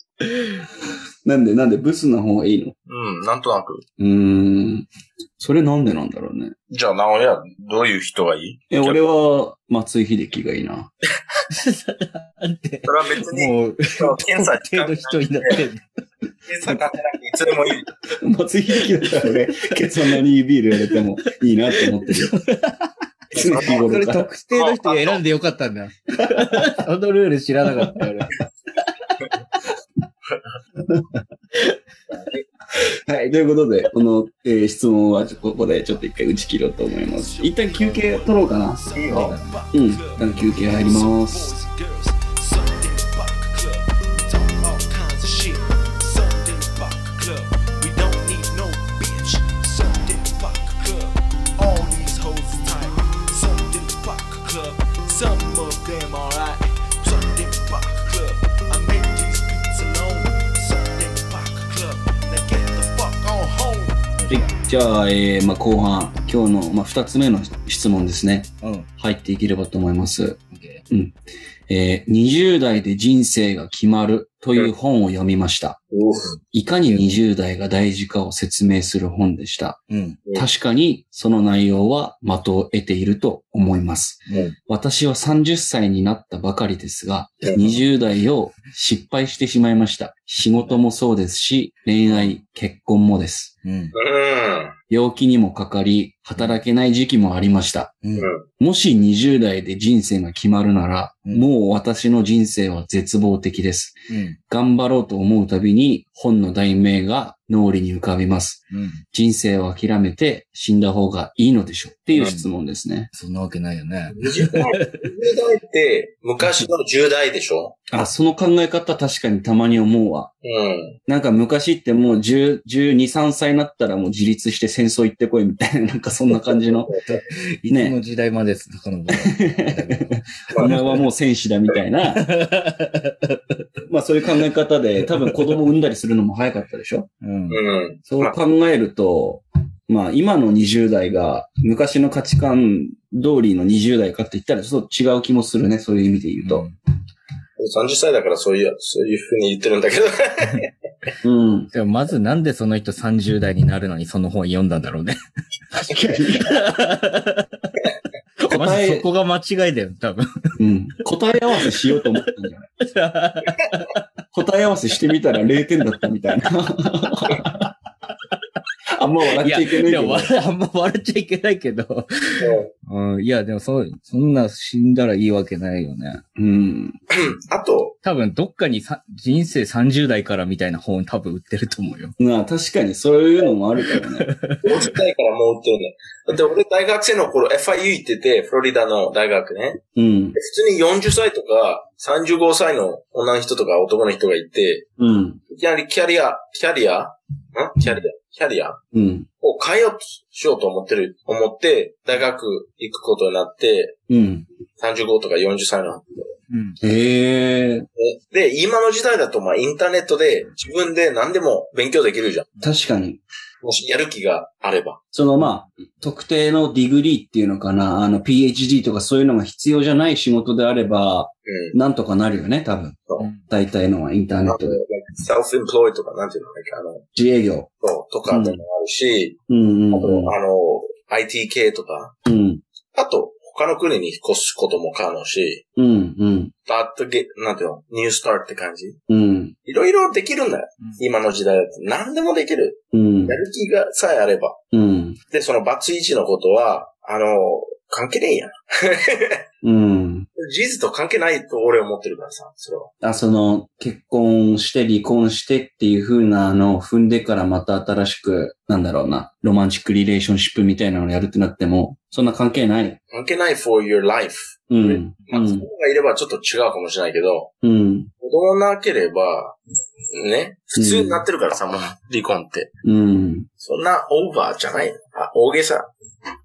[SPEAKER 1] なんでなんでブスな方がいいの
[SPEAKER 2] うん、なんとなく。
[SPEAKER 1] うーん。それなんでなんだろうね。
[SPEAKER 2] じゃあ、直哉、どういう人がいい
[SPEAKER 1] え、俺は、松井秀喜がいいな。
[SPEAKER 3] なんで、
[SPEAKER 2] それは別に、
[SPEAKER 3] もう、
[SPEAKER 2] その検査
[SPEAKER 3] 特定の人になってんの
[SPEAKER 2] 検査かけなくていつでもいい。
[SPEAKER 1] 松井秀喜だったら ね、ケツ穴にビールやれてもいいなって思ってる よ。常日
[SPEAKER 3] そ
[SPEAKER 1] 頃
[SPEAKER 3] れ
[SPEAKER 1] から。
[SPEAKER 3] 特定の人に選んでよかったんだ。 そのルール知らなかったよ、俺。
[SPEAKER 1] はい、ということで、この、えー質問はちょここでちょっと一回打ち切ろうと思います。一旦休憩取ろうかな。
[SPEAKER 2] いいよ。
[SPEAKER 1] うん、一旦休憩入ります。
[SPEAKER 5] Some of them alright. Sunday Rock Club. I make these beats alone. Sunday Rock Club. Now get the fuck on home.
[SPEAKER 1] はい、じゃあ、えーまあ、後半、今日の、まあ、二つ目の質問ですね。
[SPEAKER 3] うん。
[SPEAKER 1] 入っていければと思います。
[SPEAKER 3] オッケ
[SPEAKER 1] えー20代で人生が決まるという本を読みました。
[SPEAKER 2] お
[SPEAKER 1] いかに20代が大事かを説明する本でした。
[SPEAKER 4] うん。
[SPEAKER 2] うん
[SPEAKER 1] 確かにその内容は的を得ていると思います。
[SPEAKER 4] うん
[SPEAKER 1] 私は30歳になったばかりですが、
[SPEAKER 2] うん
[SPEAKER 1] 20代を失敗してしまいました。仕事もそうですし、恋愛、結婚もです。
[SPEAKER 4] うん。
[SPEAKER 2] うん。
[SPEAKER 1] 病気にもかかり、働けない時期もありました。
[SPEAKER 4] うん。
[SPEAKER 1] もし20代で人生が決まるな
[SPEAKER 4] う
[SPEAKER 1] ら、
[SPEAKER 4] ん
[SPEAKER 1] もう私の人生は絶望的です。
[SPEAKER 4] うん。
[SPEAKER 1] 頑張ろうと思うたびに本の題名が脳裏に浮かびます。
[SPEAKER 4] うん。
[SPEAKER 1] 人生を諦めて死んだ方がいいのでしょうっていう質問ですね。
[SPEAKER 4] そんなわけないよね。
[SPEAKER 2] 20代、20代って昔の10代でしょ
[SPEAKER 1] あ、その考え方確かにたまに思うわ。
[SPEAKER 2] うん。
[SPEAKER 1] なんか昔ってもう10、12、3歳になったらもう自立して戦争行ってこいみたいな、なん かそんな感 じの、
[SPEAKER 4] いつの時代まで遡る。
[SPEAKER 1] お前はもう戦士だみた いな、まあそういう考え方で、多分子供産んだりするのも早かったでしょ
[SPEAKER 4] うん。
[SPEAKER 2] うん。
[SPEAKER 1] そう考えると、まあ今の20代が昔の価値観通りの20代かって言ったらちょっと違う気もするね、そういう意味で言うと。
[SPEAKER 2] 30歳だからそういう、そういう風に言ってるんだけ
[SPEAKER 1] う
[SPEAKER 2] ど。
[SPEAKER 1] ん。
[SPEAKER 3] でもまずなんでその人30代になるのにその本読んだんだろうね。
[SPEAKER 1] 答
[SPEAKER 3] まずそ
[SPEAKER 1] え、
[SPEAKER 3] こが間違いだよ、多分。
[SPEAKER 1] うん。答え合わせしようと思ったんじゃない 答え合わせしてみたら0点だったみ たいな。あんま笑っ
[SPEAKER 3] い
[SPEAKER 1] ち
[SPEAKER 3] や、
[SPEAKER 1] ゃいけない
[SPEAKER 3] で
[SPEAKER 1] け
[SPEAKER 3] も
[SPEAKER 1] ど。
[SPEAKER 3] 笑あ んま笑っちゃいけないけど。うん、いや、でもそう、そんな死んだらいいわけないよね。
[SPEAKER 1] うん。
[SPEAKER 2] あと、
[SPEAKER 3] 多分どっかにさ人生30代からみたいな本多分売ってると思うよ。
[SPEAKER 1] まあ確かにそういうのもあるからね。
[SPEAKER 2] 50代からもう売ってるね。だって俺大学生の頃 FIU 行ってて、フロリダの大学ね。
[SPEAKER 1] うん
[SPEAKER 2] 普。通に40歳とか35歳の女の人とか男の人がいて、
[SPEAKER 1] うん。
[SPEAKER 2] いきなりキャリア、キャリアんキャリアキャリア
[SPEAKER 1] うん。
[SPEAKER 2] を変えようとしようと思ってる、思って、大学行くことになって、
[SPEAKER 1] うん。
[SPEAKER 2] 35とか40歳の
[SPEAKER 3] うん。。
[SPEAKER 1] へえ。
[SPEAKER 2] で、今の時代だと、まあ、インターネットで自分で何でも勉強できるじゃん。
[SPEAKER 1] 確かに。
[SPEAKER 2] もしやる気があれば。
[SPEAKER 1] そのまあ、特定のディグリーっていうのかな、あの PhD とかそういうのが必要じゃない仕事であれば、
[SPEAKER 2] うん。
[SPEAKER 1] なんとかなるよね、多分
[SPEAKER 2] そう
[SPEAKER 1] 大体のはインターネ
[SPEAKER 2] あ
[SPEAKER 1] ット
[SPEAKER 2] と、like
[SPEAKER 1] で。
[SPEAKER 2] self-employed とか、なんていうのなんかあの、
[SPEAKER 1] 自営業。
[SPEAKER 2] そうとかでもあるし、
[SPEAKER 1] うんう
[SPEAKER 2] あ
[SPEAKER 1] んうん
[SPEAKER 2] と、あの、IT 系とか、
[SPEAKER 1] うん。
[SPEAKER 2] あと、他の国に越すことも可能し、
[SPEAKER 1] うんうん。
[SPEAKER 2] だってげ、なんていうの、ニュースターって感じ。
[SPEAKER 1] うん。
[SPEAKER 2] いろいろできるんだよ。
[SPEAKER 3] うん
[SPEAKER 2] 今の時代だと。何でもできる。
[SPEAKER 1] うん
[SPEAKER 2] や。る気がさえあれば。
[SPEAKER 1] うん。
[SPEAKER 2] で、そのバツイチのことは、あの、関係ねえやん。
[SPEAKER 1] うん。
[SPEAKER 2] 事実と関係ないと俺は思ってるからさ、それは。
[SPEAKER 1] あ、その、結婚して離婚してっていう風なのを踏んでからまた新しく、なんだろうな、ロマンチックリレーションシップみたいなのをやるってなっても、そんな関係ない。
[SPEAKER 2] 関係ない for your life。
[SPEAKER 1] うん。
[SPEAKER 2] まあ、
[SPEAKER 1] う
[SPEAKER 2] 子供
[SPEAKER 1] ん。
[SPEAKER 2] がいればちょっと違うかもしれないけど、
[SPEAKER 1] うん。
[SPEAKER 2] 子供なければ、ね、普通になってるからさ、もう離婚って。
[SPEAKER 1] うん。
[SPEAKER 2] そんなオーバーじゃない。あ、大げさ。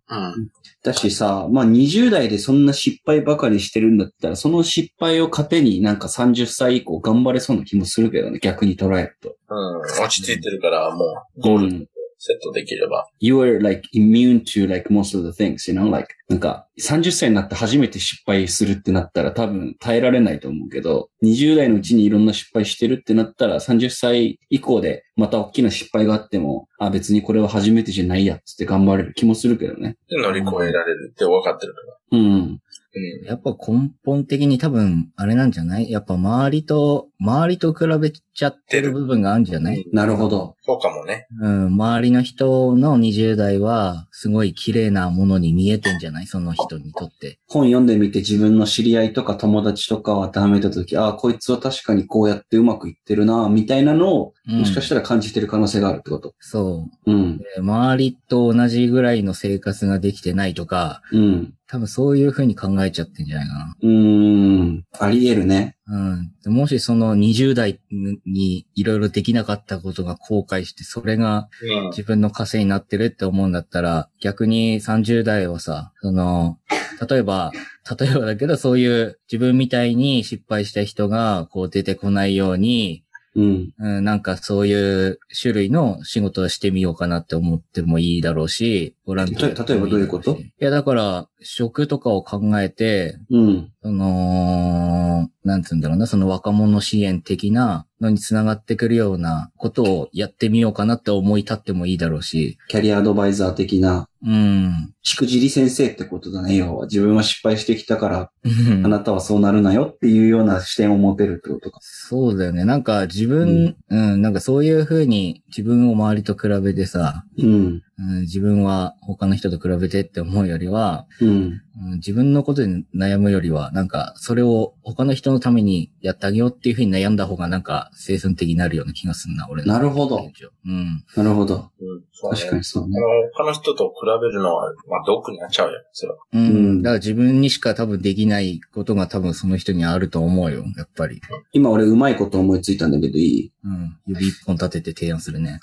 [SPEAKER 2] うん。
[SPEAKER 1] だしさ、まあ、20代でそんな失敗ばかりしてるんだったら、その失敗を糧になんか30歳以降頑張れそうな気もするけどね、逆に捉えると。
[SPEAKER 2] うん。落ち着いてるから、もう、
[SPEAKER 1] う
[SPEAKER 2] ゴール
[SPEAKER 1] ん。
[SPEAKER 2] セットできれば。
[SPEAKER 1] you are like immune to like most of the things, you know, like なんか30歳になって初めて失敗するってなったら多分耐えられないと思うけど、20代のうちにいろんな失敗してるってなったら30歳以降でまた大きな失敗があっても、あ、別にこれは初めてじゃないやっつって頑張れる気もするけどね。
[SPEAKER 2] で、乗り越えられるって分かってるから。
[SPEAKER 1] うん。
[SPEAKER 2] うん。
[SPEAKER 3] やっぱ根本的に多分、あれなんじゃないやっぱ周りと、周りと比べちゃってる部分があるんじゃない
[SPEAKER 1] なるほど。
[SPEAKER 2] そうかもね。
[SPEAKER 3] うん、周りの人の20代は、すごい綺麗なものに見えてんじゃないその人にとって。
[SPEAKER 1] 本読んでみて自分の知り合いとか友達とかを当てはめたとき、ああ、こいつは確かにこうやってうまくいってるな、みたいなのを、
[SPEAKER 3] うん
[SPEAKER 1] もしかしたら感じてる可能性があるってこと。
[SPEAKER 3] そう。
[SPEAKER 1] うん。
[SPEAKER 3] で周りと同じぐらいの生活ができてないとか、
[SPEAKER 1] うん。
[SPEAKER 3] 多分そういう風に考えちゃってんじゃないか
[SPEAKER 1] うーん。あり得るね。
[SPEAKER 3] な。うんで。もしその20代にいろいろできなかったことが後悔して、それが
[SPEAKER 2] うん。
[SPEAKER 3] 自分の稼いになってるって思うんだったら、逆に30代をさ、その、例えば、例えばだけどそういう自分みたいに失敗した人がこう出てこないように、
[SPEAKER 1] うん。
[SPEAKER 3] うん、なんかそういう種類の仕事をしてみようかなって思ってもいいだろうし、ボランティア
[SPEAKER 1] た例えばどういうこと
[SPEAKER 3] いや、だから、職とかを考えて、
[SPEAKER 1] うん。
[SPEAKER 3] その、なんつうんだろうな、その若者支援的なのに繋がってくるようなことをやってみようかなって思い立ってもいいだろうし、
[SPEAKER 1] キャリアアドバイザー的な、
[SPEAKER 3] うん。
[SPEAKER 1] しくじり先生ってことだね、要は。自分は失敗してきたから、あなたはそうなるなよっていうような視点を持てるってことか。
[SPEAKER 3] そうだよね。なんか自分、うん、なんかそういう風に自分を周りと比べてさ、
[SPEAKER 1] うん。
[SPEAKER 3] うん、自分は他の人と比べてって思うよりは、
[SPEAKER 1] うん。
[SPEAKER 3] うん自分のことに悩むよりは、なんか、それを他の人のためにやってあげようっていうふうに悩んだ方が、なんか、生産的になるような気がするな、俺の。
[SPEAKER 1] なるほど
[SPEAKER 3] 現。状。うん。
[SPEAKER 1] なるほど。
[SPEAKER 2] うん、そうね。
[SPEAKER 1] 確かにそう
[SPEAKER 2] あ
[SPEAKER 1] ね。
[SPEAKER 2] の、他の人と比べるのは、まあ、毒になっちゃうよ、それは。
[SPEAKER 3] う
[SPEAKER 1] うん
[SPEAKER 3] ん。だから自分にしか多分できないことが多分その人にあると思うよ、やっぱり。
[SPEAKER 1] 今俺うまいこと思いついたんだけどいい
[SPEAKER 3] うん。指一本立てて提案するね。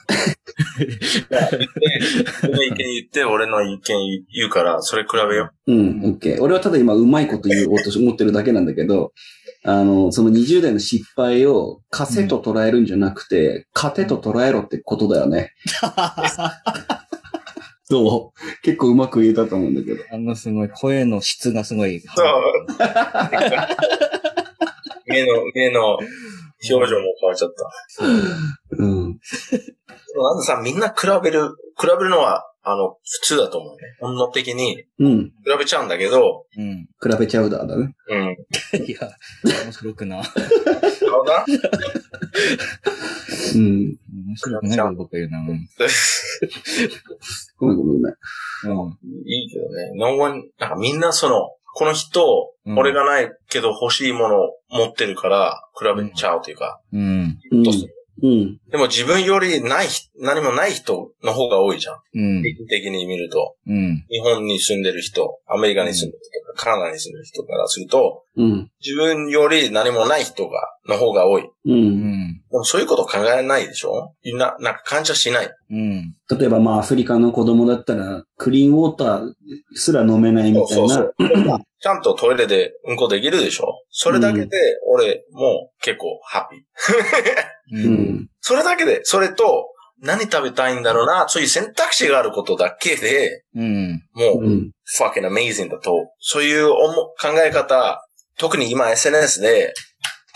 [SPEAKER 2] 俺の意見言 って、俺の意見言うから、それ比べよ
[SPEAKER 1] うん、オッケー。俺はただ今うまいこと言おうとし思ってるだけなんだけど、あの、その20代の失敗を糧と捉えるんじゃなくて、糧と捉えろってことだよね。どう結構うまく言えたと思うんだけど。
[SPEAKER 3] あのすごい、声の質がすごい。
[SPEAKER 2] そうう。目の、目の表情も変わっちゃった。
[SPEAKER 1] うん。
[SPEAKER 2] でもなんでさ、みんな比べる、比べるのは、あの、普通だと思うね。本能的に比
[SPEAKER 1] うん。
[SPEAKER 2] べちゃうんだけど、
[SPEAKER 3] うん。
[SPEAKER 1] 比べちゃうだだね。
[SPEAKER 2] うん。
[SPEAKER 3] いや、面白くな。
[SPEAKER 2] 顔な
[SPEAKER 1] うん。
[SPEAKER 3] 面白くないこと言うな。うん。
[SPEAKER 1] ごめんごめんごめん。
[SPEAKER 3] うん
[SPEAKER 2] いいけどね。No one、なんかみんなその、この人、
[SPEAKER 3] うん
[SPEAKER 2] 俺がないけど欲しいものを持ってるから、比べちゃうというか、
[SPEAKER 3] うん。
[SPEAKER 1] うん
[SPEAKER 2] どうする
[SPEAKER 1] うん。
[SPEAKER 2] でも自分よりない人、何もない人の方が多いじゃん。
[SPEAKER 3] うん。
[SPEAKER 2] 的に見ると。
[SPEAKER 3] うん。
[SPEAKER 2] 日本に住んでる人、アメリカに住んでる人とか、カナダに住んでる人からすると、
[SPEAKER 1] うん。
[SPEAKER 2] 自分より何もない人が、の方が多い。で
[SPEAKER 1] う。
[SPEAKER 3] うんん。
[SPEAKER 2] もそういうこと考えないでしょみんな、なんか感謝しない。
[SPEAKER 3] うん。
[SPEAKER 1] 例えばまあアフリカの子供だったら、クリーンウォーターすら飲めないみたいな。。
[SPEAKER 2] ちゃんとトイレでうんこできるでしょそれだけで、俺、もう結構ハッピー。
[SPEAKER 3] う。
[SPEAKER 1] うんん。
[SPEAKER 2] それだけで、それと、何食べたいんだろうな、そういう選択肢があることだけで、
[SPEAKER 3] うん。
[SPEAKER 2] もう、
[SPEAKER 1] うん。
[SPEAKER 2] fucking amazing だと、そういう思考え方、特に今 SNS で、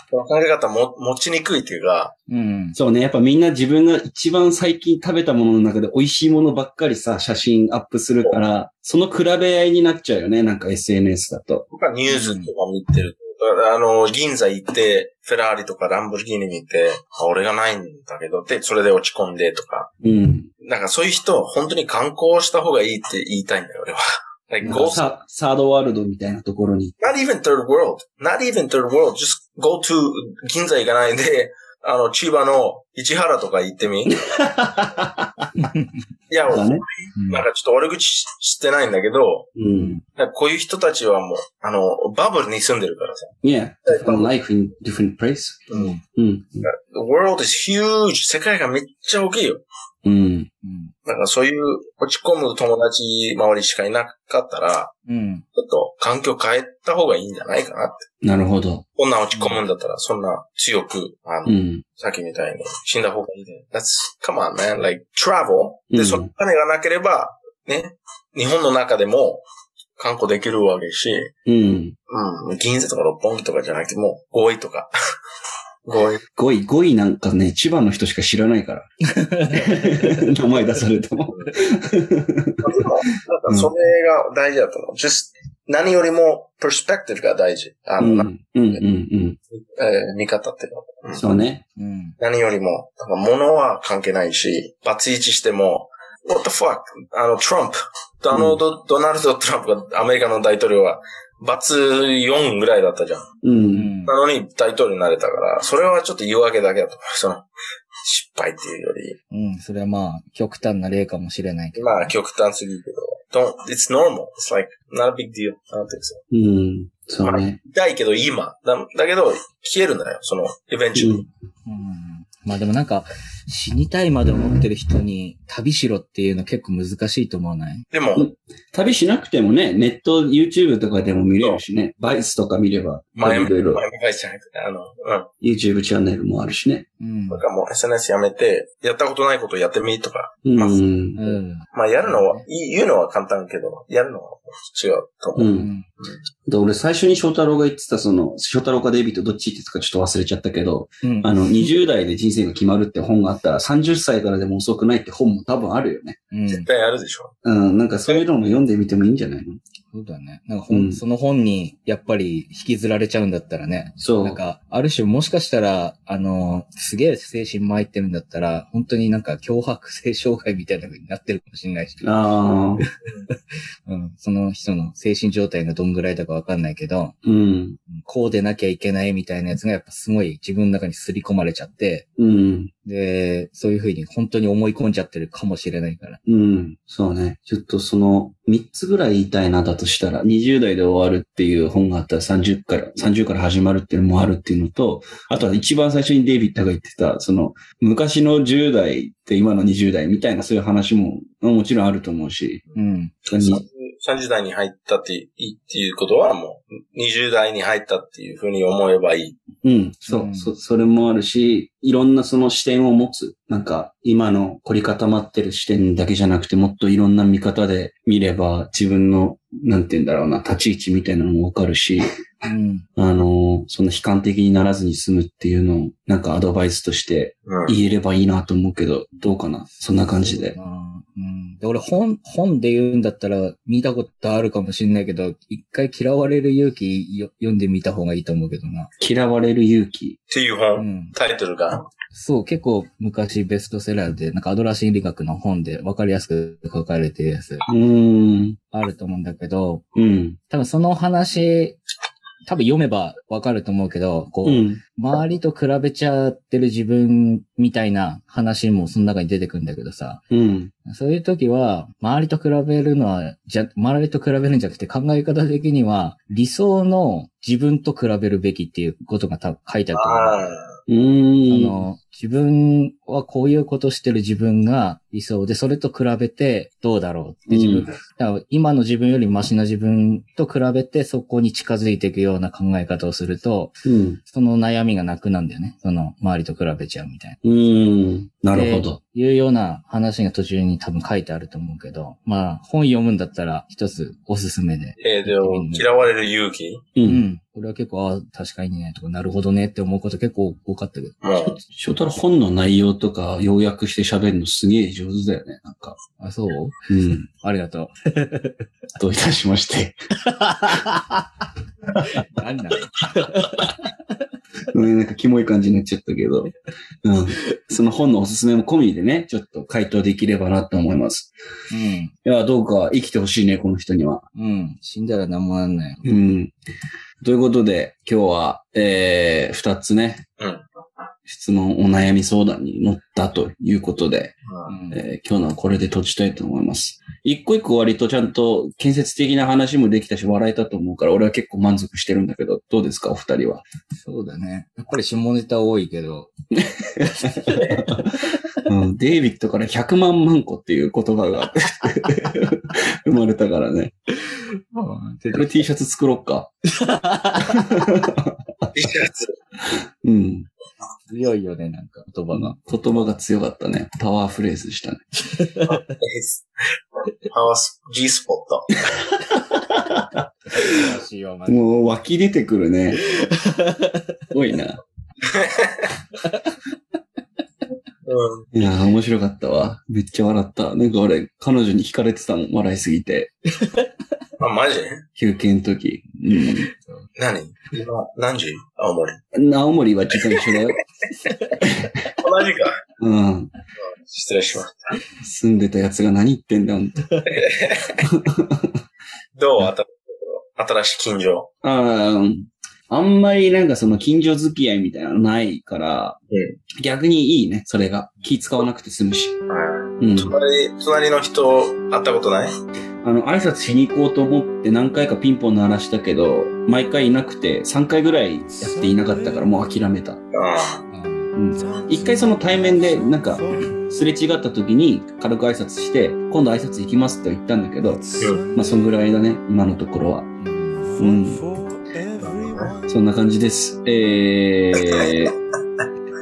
[SPEAKER 2] この考え方も持ちにくいっていうか、
[SPEAKER 3] うん。
[SPEAKER 1] そうね。やっぱみんな自分が一番最近食べたものの中で美味しいものばっかりさ、写真アップするから、その比べ合いになっちゃうよね。なんか SNS だと。
[SPEAKER 2] 僕はニュースとか見てる。だからあの、銀座行って、フェラーリとかランボルギーニ見て、あ俺がないんだけどって、それで落ち込んでとか。
[SPEAKER 1] うん。
[SPEAKER 2] なんかそういう人、本当に観光した方がいいって言いたいんだよ、俺は。like,
[SPEAKER 1] なん
[SPEAKER 2] go
[SPEAKER 1] かササードワールドみたいなところに。
[SPEAKER 2] not even third world, not even third world, just go to 銀座行かないで、あの、千葉の市原とか行ってみ。いや、
[SPEAKER 1] だね。
[SPEAKER 2] なんかちょっと悪口ししてないんだけど、
[SPEAKER 1] うん。
[SPEAKER 2] なんかこういう人たちはもう、あの、バブルに住んでるからさ。
[SPEAKER 1] Yeah. Different life in different place.
[SPEAKER 3] うん。
[SPEAKER 1] うん。
[SPEAKER 2] The world is huge! 世界がめっちゃ大きいよ。
[SPEAKER 1] うん。
[SPEAKER 3] うん。
[SPEAKER 2] なんかそういう落ち込む友達周りしかいなかったら、
[SPEAKER 3] うん。
[SPEAKER 2] ちょっと環境変えた方がいいんじゃないかなって。
[SPEAKER 1] なるほど。
[SPEAKER 2] こんな落ち込むんだったら、そんな強く、あの、
[SPEAKER 1] うん。
[SPEAKER 2] さっきみたいに死んだ方がいいね。That's, come on man, like travel.
[SPEAKER 1] う
[SPEAKER 2] で、
[SPEAKER 1] ん
[SPEAKER 2] そのお金がなければ、ね、日本の中でも観光できるわけし、
[SPEAKER 1] うん。
[SPEAKER 2] うん、銀座とか六本木とかじゃなくても、合意 とか。合意。
[SPEAKER 1] 5位、5位なんかね、千葉の人しか知らないから。 名前出されても。
[SPEAKER 2] なんかそれが大事だと思う。just 何よりも、perspective が大事。あ
[SPEAKER 1] う
[SPEAKER 2] の、
[SPEAKER 1] ん。う。
[SPEAKER 2] なん
[SPEAKER 1] うん。
[SPEAKER 2] えー見方っていうの。
[SPEAKER 1] うん。そうね。
[SPEAKER 3] うん。
[SPEAKER 2] 何よりも、なんか物は関係ないし、バツイチしても、what the fuck? あの、トランプ。あの、ドドナルド・トランプが、アメリカの大統領は、バツ4ぐらいだったじゃん。
[SPEAKER 1] う。
[SPEAKER 3] うんん
[SPEAKER 2] なのに大統領になれたから、それはちょっと言い訳だけだと思う。その、失敗っていうより、
[SPEAKER 3] うん。それはまあ、極端な例かもしれないけど。
[SPEAKER 2] まあ、極端すぎるけど、don't, it's normal. It's like, not a big deal. I don't think so.
[SPEAKER 1] うん。そうね。
[SPEAKER 2] 痛いけど今。だだけど、消えるんだよ。その、イベンチュ
[SPEAKER 1] うん
[SPEAKER 3] うん。まあでもなんか、死にたいまで思ってる人に旅しろっていうの結構難しいと思わない
[SPEAKER 2] でも、
[SPEAKER 1] 旅しなくてもね、ネット、YouTube とかでも見れるしね。バイスとか見れば、
[SPEAKER 2] 前
[SPEAKER 1] い
[SPEAKER 2] も、
[SPEAKER 1] ろい
[SPEAKER 2] 前も
[SPEAKER 1] ろ
[SPEAKER 2] 返してないあの、うん。
[SPEAKER 1] YouTube チャンネルもあるしね。
[SPEAKER 3] うん
[SPEAKER 2] だ。からもう SNS やめて、やったことないことやってみとか。
[SPEAKER 1] う
[SPEAKER 2] まあ
[SPEAKER 1] ん。
[SPEAKER 3] うん。
[SPEAKER 2] まあやるのは、い言うのは簡単だけど、やるのは違うと思
[SPEAKER 1] う
[SPEAKER 2] う。
[SPEAKER 1] ん。で俺最初に翔太郎が言ってた、その、翔太郎かデイビッドどっちって言ってたかちょっと忘れちゃったけど、
[SPEAKER 3] うん。
[SPEAKER 1] あの、20代で人生が決まるって本があったら、30歳からでも遅くないって本も多分あるよね。
[SPEAKER 3] うん。
[SPEAKER 2] 絶対やるでしょ。
[SPEAKER 1] うん、なんかそういうのも読んでみてもいいんじゃないの
[SPEAKER 3] そうだね。なんか本、
[SPEAKER 1] うん
[SPEAKER 3] その本にやっぱり引きずられちゃうんだったらね。
[SPEAKER 1] そう。
[SPEAKER 3] なんか、ある種もしかしたら、あの、すげえ精神参ってるんだったら、本当になんか脅迫性障害みたいな風になってるかもしれないし、
[SPEAKER 1] ああ、
[SPEAKER 3] うん、その人の精神状態がどんぐらいだかわかんないけど、
[SPEAKER 1] うん、
[SPEAKER 3] うんこうでなきゃいけないみたいなやつがやっぱすごい自分の中に刷り込まれちゃって、
[SPEAKER 1] うん、
[SPEAKER 3] で、そういう風に本当に思い込んじゃってるかもしれないから。
[SPEAKER 1] うん。そうね。ちょっとその、3つぐらい言いたいな、だとしたら、20代で終わるっていう本があったら30から、30から始まるっていうのもあるっていうのと、あとは一番最初にデイビッドが言ってた、その、昔の10代って今の20代みたいなそういう話も、もちろんあると思うし、
[SPEAKER 3] うん。
[SPEAKER 1] に
[SPEAKER 2] 30代に入ったっていいっていうことはもう、20代に入ったっていうふうに思えばいい。
[SPEAKER 1] うん、そう、
[SPEAKER 3] うん
[SPEAKER 1] そ、それもあるし、いろんなその視点を持つ。なんか、今の凝り固まってる視点だけじゃなくて、もっといろんな見方で見れば、自分の、なんて言うんだろうな、立ち位置みたいなのもわかるし、
[SPEAKER 3] うん。
[SPEAKER 1] あのーその悲観的にならずに済むっていうのを、なんかアドバイスとして
[SPEAKER 2] うん。
[SPEAKER 1] 言えればいいなと思うけど、どうかなそんな感じで。
[SPEAKER 3] そうだな。うん。で、俺本、本で言うんだったら見たことあるかもしれないけど、一回嫌われる勇気よ読んでみた方がいいと思うけどな。
[SPEAKER 1] 嫌われる勇気。
[SPEAKER 2] っていう
[SPEAKER 3] う
[SPEAKER 2] 本、
[SPEAKER 3] ん。
[SPEAKER 2] タイトルが、
[SPEAKER 3] そう、結構昔ベストセラーで、なんかアドラー心理学の本で分かりやすく書かれてるやつ
[SPEAKER 1] うーん。
[SPEAKER 3] あると思うんだけど、
[SPEAKER 1] うん。
[SPEAKER 3] 多分その話、多分読めばわかると思うけど、こう、
[SPEAKER 1] うん。
[SPEAKER 3] 周りと比べちゃってる自分みたいな話もその中に出てくるんだけどさ、
[SPEAKER 1] うん。
[SPEAKER 3] そういう時は、周りと比べるのは、じゃ、周りと比べるんじゃなくて考え方的には、理想の自分と比べるべきっていうことが多分書いてあ
[SPEAKER 2] あ
[SPEAKER 3] っ
[SPEAKER 1] う
[SPEAKER 2] あ、
[SPEAKER 3] た
[SPEAKER 1] ー
[SPEAKER 3] あ
[SPEAKER 1] ん。
[SPEAKER 3] の、自分はこういうことしてる自分が理想で、それと比べてどうだろうって自分、
[SPEAKER 1] うん
[SPEAKER 3] だから今の自分よりマシな自分と比べてそこに近づいていくような考え方をすると、
[SPEAKER 1] うん。
[SPEAKER 3] その悩みがなくなんだよね。その、周りと比べちゃうみたいな。
[SPEAKER 1] うーん。なるほど。
[SPEAKER 3] いうような話が途中に多分書いてあると思うけど、まあ本読むんだったら一つおすすめで。
[SPEAKER 2] えー、でも、嫌われる勇気
[SPEAKER 1] う。
[SPEAKER 3] うんん。これは結構、ああ、確かにね、とか、なるほどねって思うこと結構多かったけど。
[SPEAKER 2] もう、
[SPEAKER 1] 翔太郎本の内容とか要約して喋るのすげえ上手だよね、なんか。
[SPEAKER 3] あ、そ
[SPEAKER 1] う
[SPEAKER 3] う
[SPEAKER 1] ん。
[SPEAKER 3] ありが とう。
[SPEAKER 1] どういたしま して。
[SPEAKER 3] 何なの
[SPEAKER 1] ごめんなんかキモい感じになっちゃったけど。うん。その本のおすすめも込みでね、ちょっと回答できればなと思います。
[SPEAKER 3] うん。
[SPEAKER 1] いや、どうか生きてほしいね、この人には。
[SPEAKER 3] うん。死んだら何もなんないよ。
[SPEAKER 1] うん。ということで、今日は、えー、二つね、
[SPEAKER 2] うん。
[SPEAKER 1] 質問、お悩み相談に乗ったということで、
[SPEAKER 3] うん。
[SPEAKER 1] えー今日のはこれで閉じたいと思います。一個一個割とちゃんと建設的な話もできたし、笑えたと思うから、俺は結構満足してるんだけど、どうですか、お二人は。
[SPEAKER 3] そうだね。やっぱり下ネタ多いけど。
[SPEAKER 1] うん、デイビッドから100万万個っていう言葉が 生まれたからね。これ T シャツ作ろっか。
[SPEAKER 2] ん。T シャツ。
[SPEAKER 1] うん。
[SPEAKER 3] 強いよね、なんか言葉が。
[SPEAKER 1] 言葉が強かったね。パワーフレーズでしたね。
[SPEAKER 2] パワース、G スポット。
[SPEAKER 3] 悲しいよ、マジで
[SPEAKER 1] もう湧き出てくるね。すごいな。
[SPEAKER 2] う ん。
[SPEAKER 1] いやー、面白かったわ。めっちゃ笑った。なんか俺、彼女に惹かれてたもん、笑いすぎて。
[SPEAKER 2] あ、マジ
[SPEAKER 1] 休憩の時。
[SPEAKER 2] 何今、何時青森。
[SPEAKER 1] うん。青森は時間一緒 だよ。
[SPEAKER 2] 同じか。
[SPEAKER 1] うん。
[SPEAKER 2] 失礼します。
[SPEAKER 1] 住んでたやつが何言ってんだ、ほんと。
[SPEAKER 2] どう新新しい近所。
[SPEAKER 1] あーあんまりなんかその近所付き合いみたいなのないから、逆にいいね、それが。気使わなくて済むし。
[SPEAKER 2] うん。
[SPEAKER 1] うん。
[SPEAKER 2] 隣、隣の人、会ったことない
[SPEAKER 1] あの、挨拶しに行こうと思って何回かピンポン鳴らしたけど、毎回いなくて、3回ぐらいやっていなかったからもう諦めた。
[SPEAKER 2] ああ。
[SPEAKER 3] うん
[SPEAKER 1] うん一回その対面で、なんか、すれ違った時に軽く挨拶して、今度挨拶行きますって言ったんだけど、まあそんぐらいだね、今のところは。
[SPEAKER 5] うん
[SPEAKER 1] そんな感じです。えー、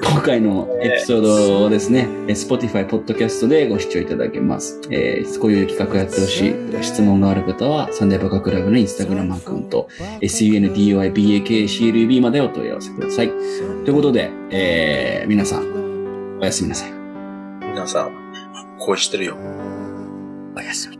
[SPEAKER 1] 今回のエピソードをですね、えー Spotify、Podcast でご視聴いただけます。えー、こういう企画やってほしい、質問がある方は、サンデーバカクラブのインスタグラムアカウント、sunduibakclub までお問い合わせください。ということで、えー、皆さん、おやすみなさい。
[SPEAKER 2] 皆さん、恋してるよ。
[SPEAKER 1] おやすみ。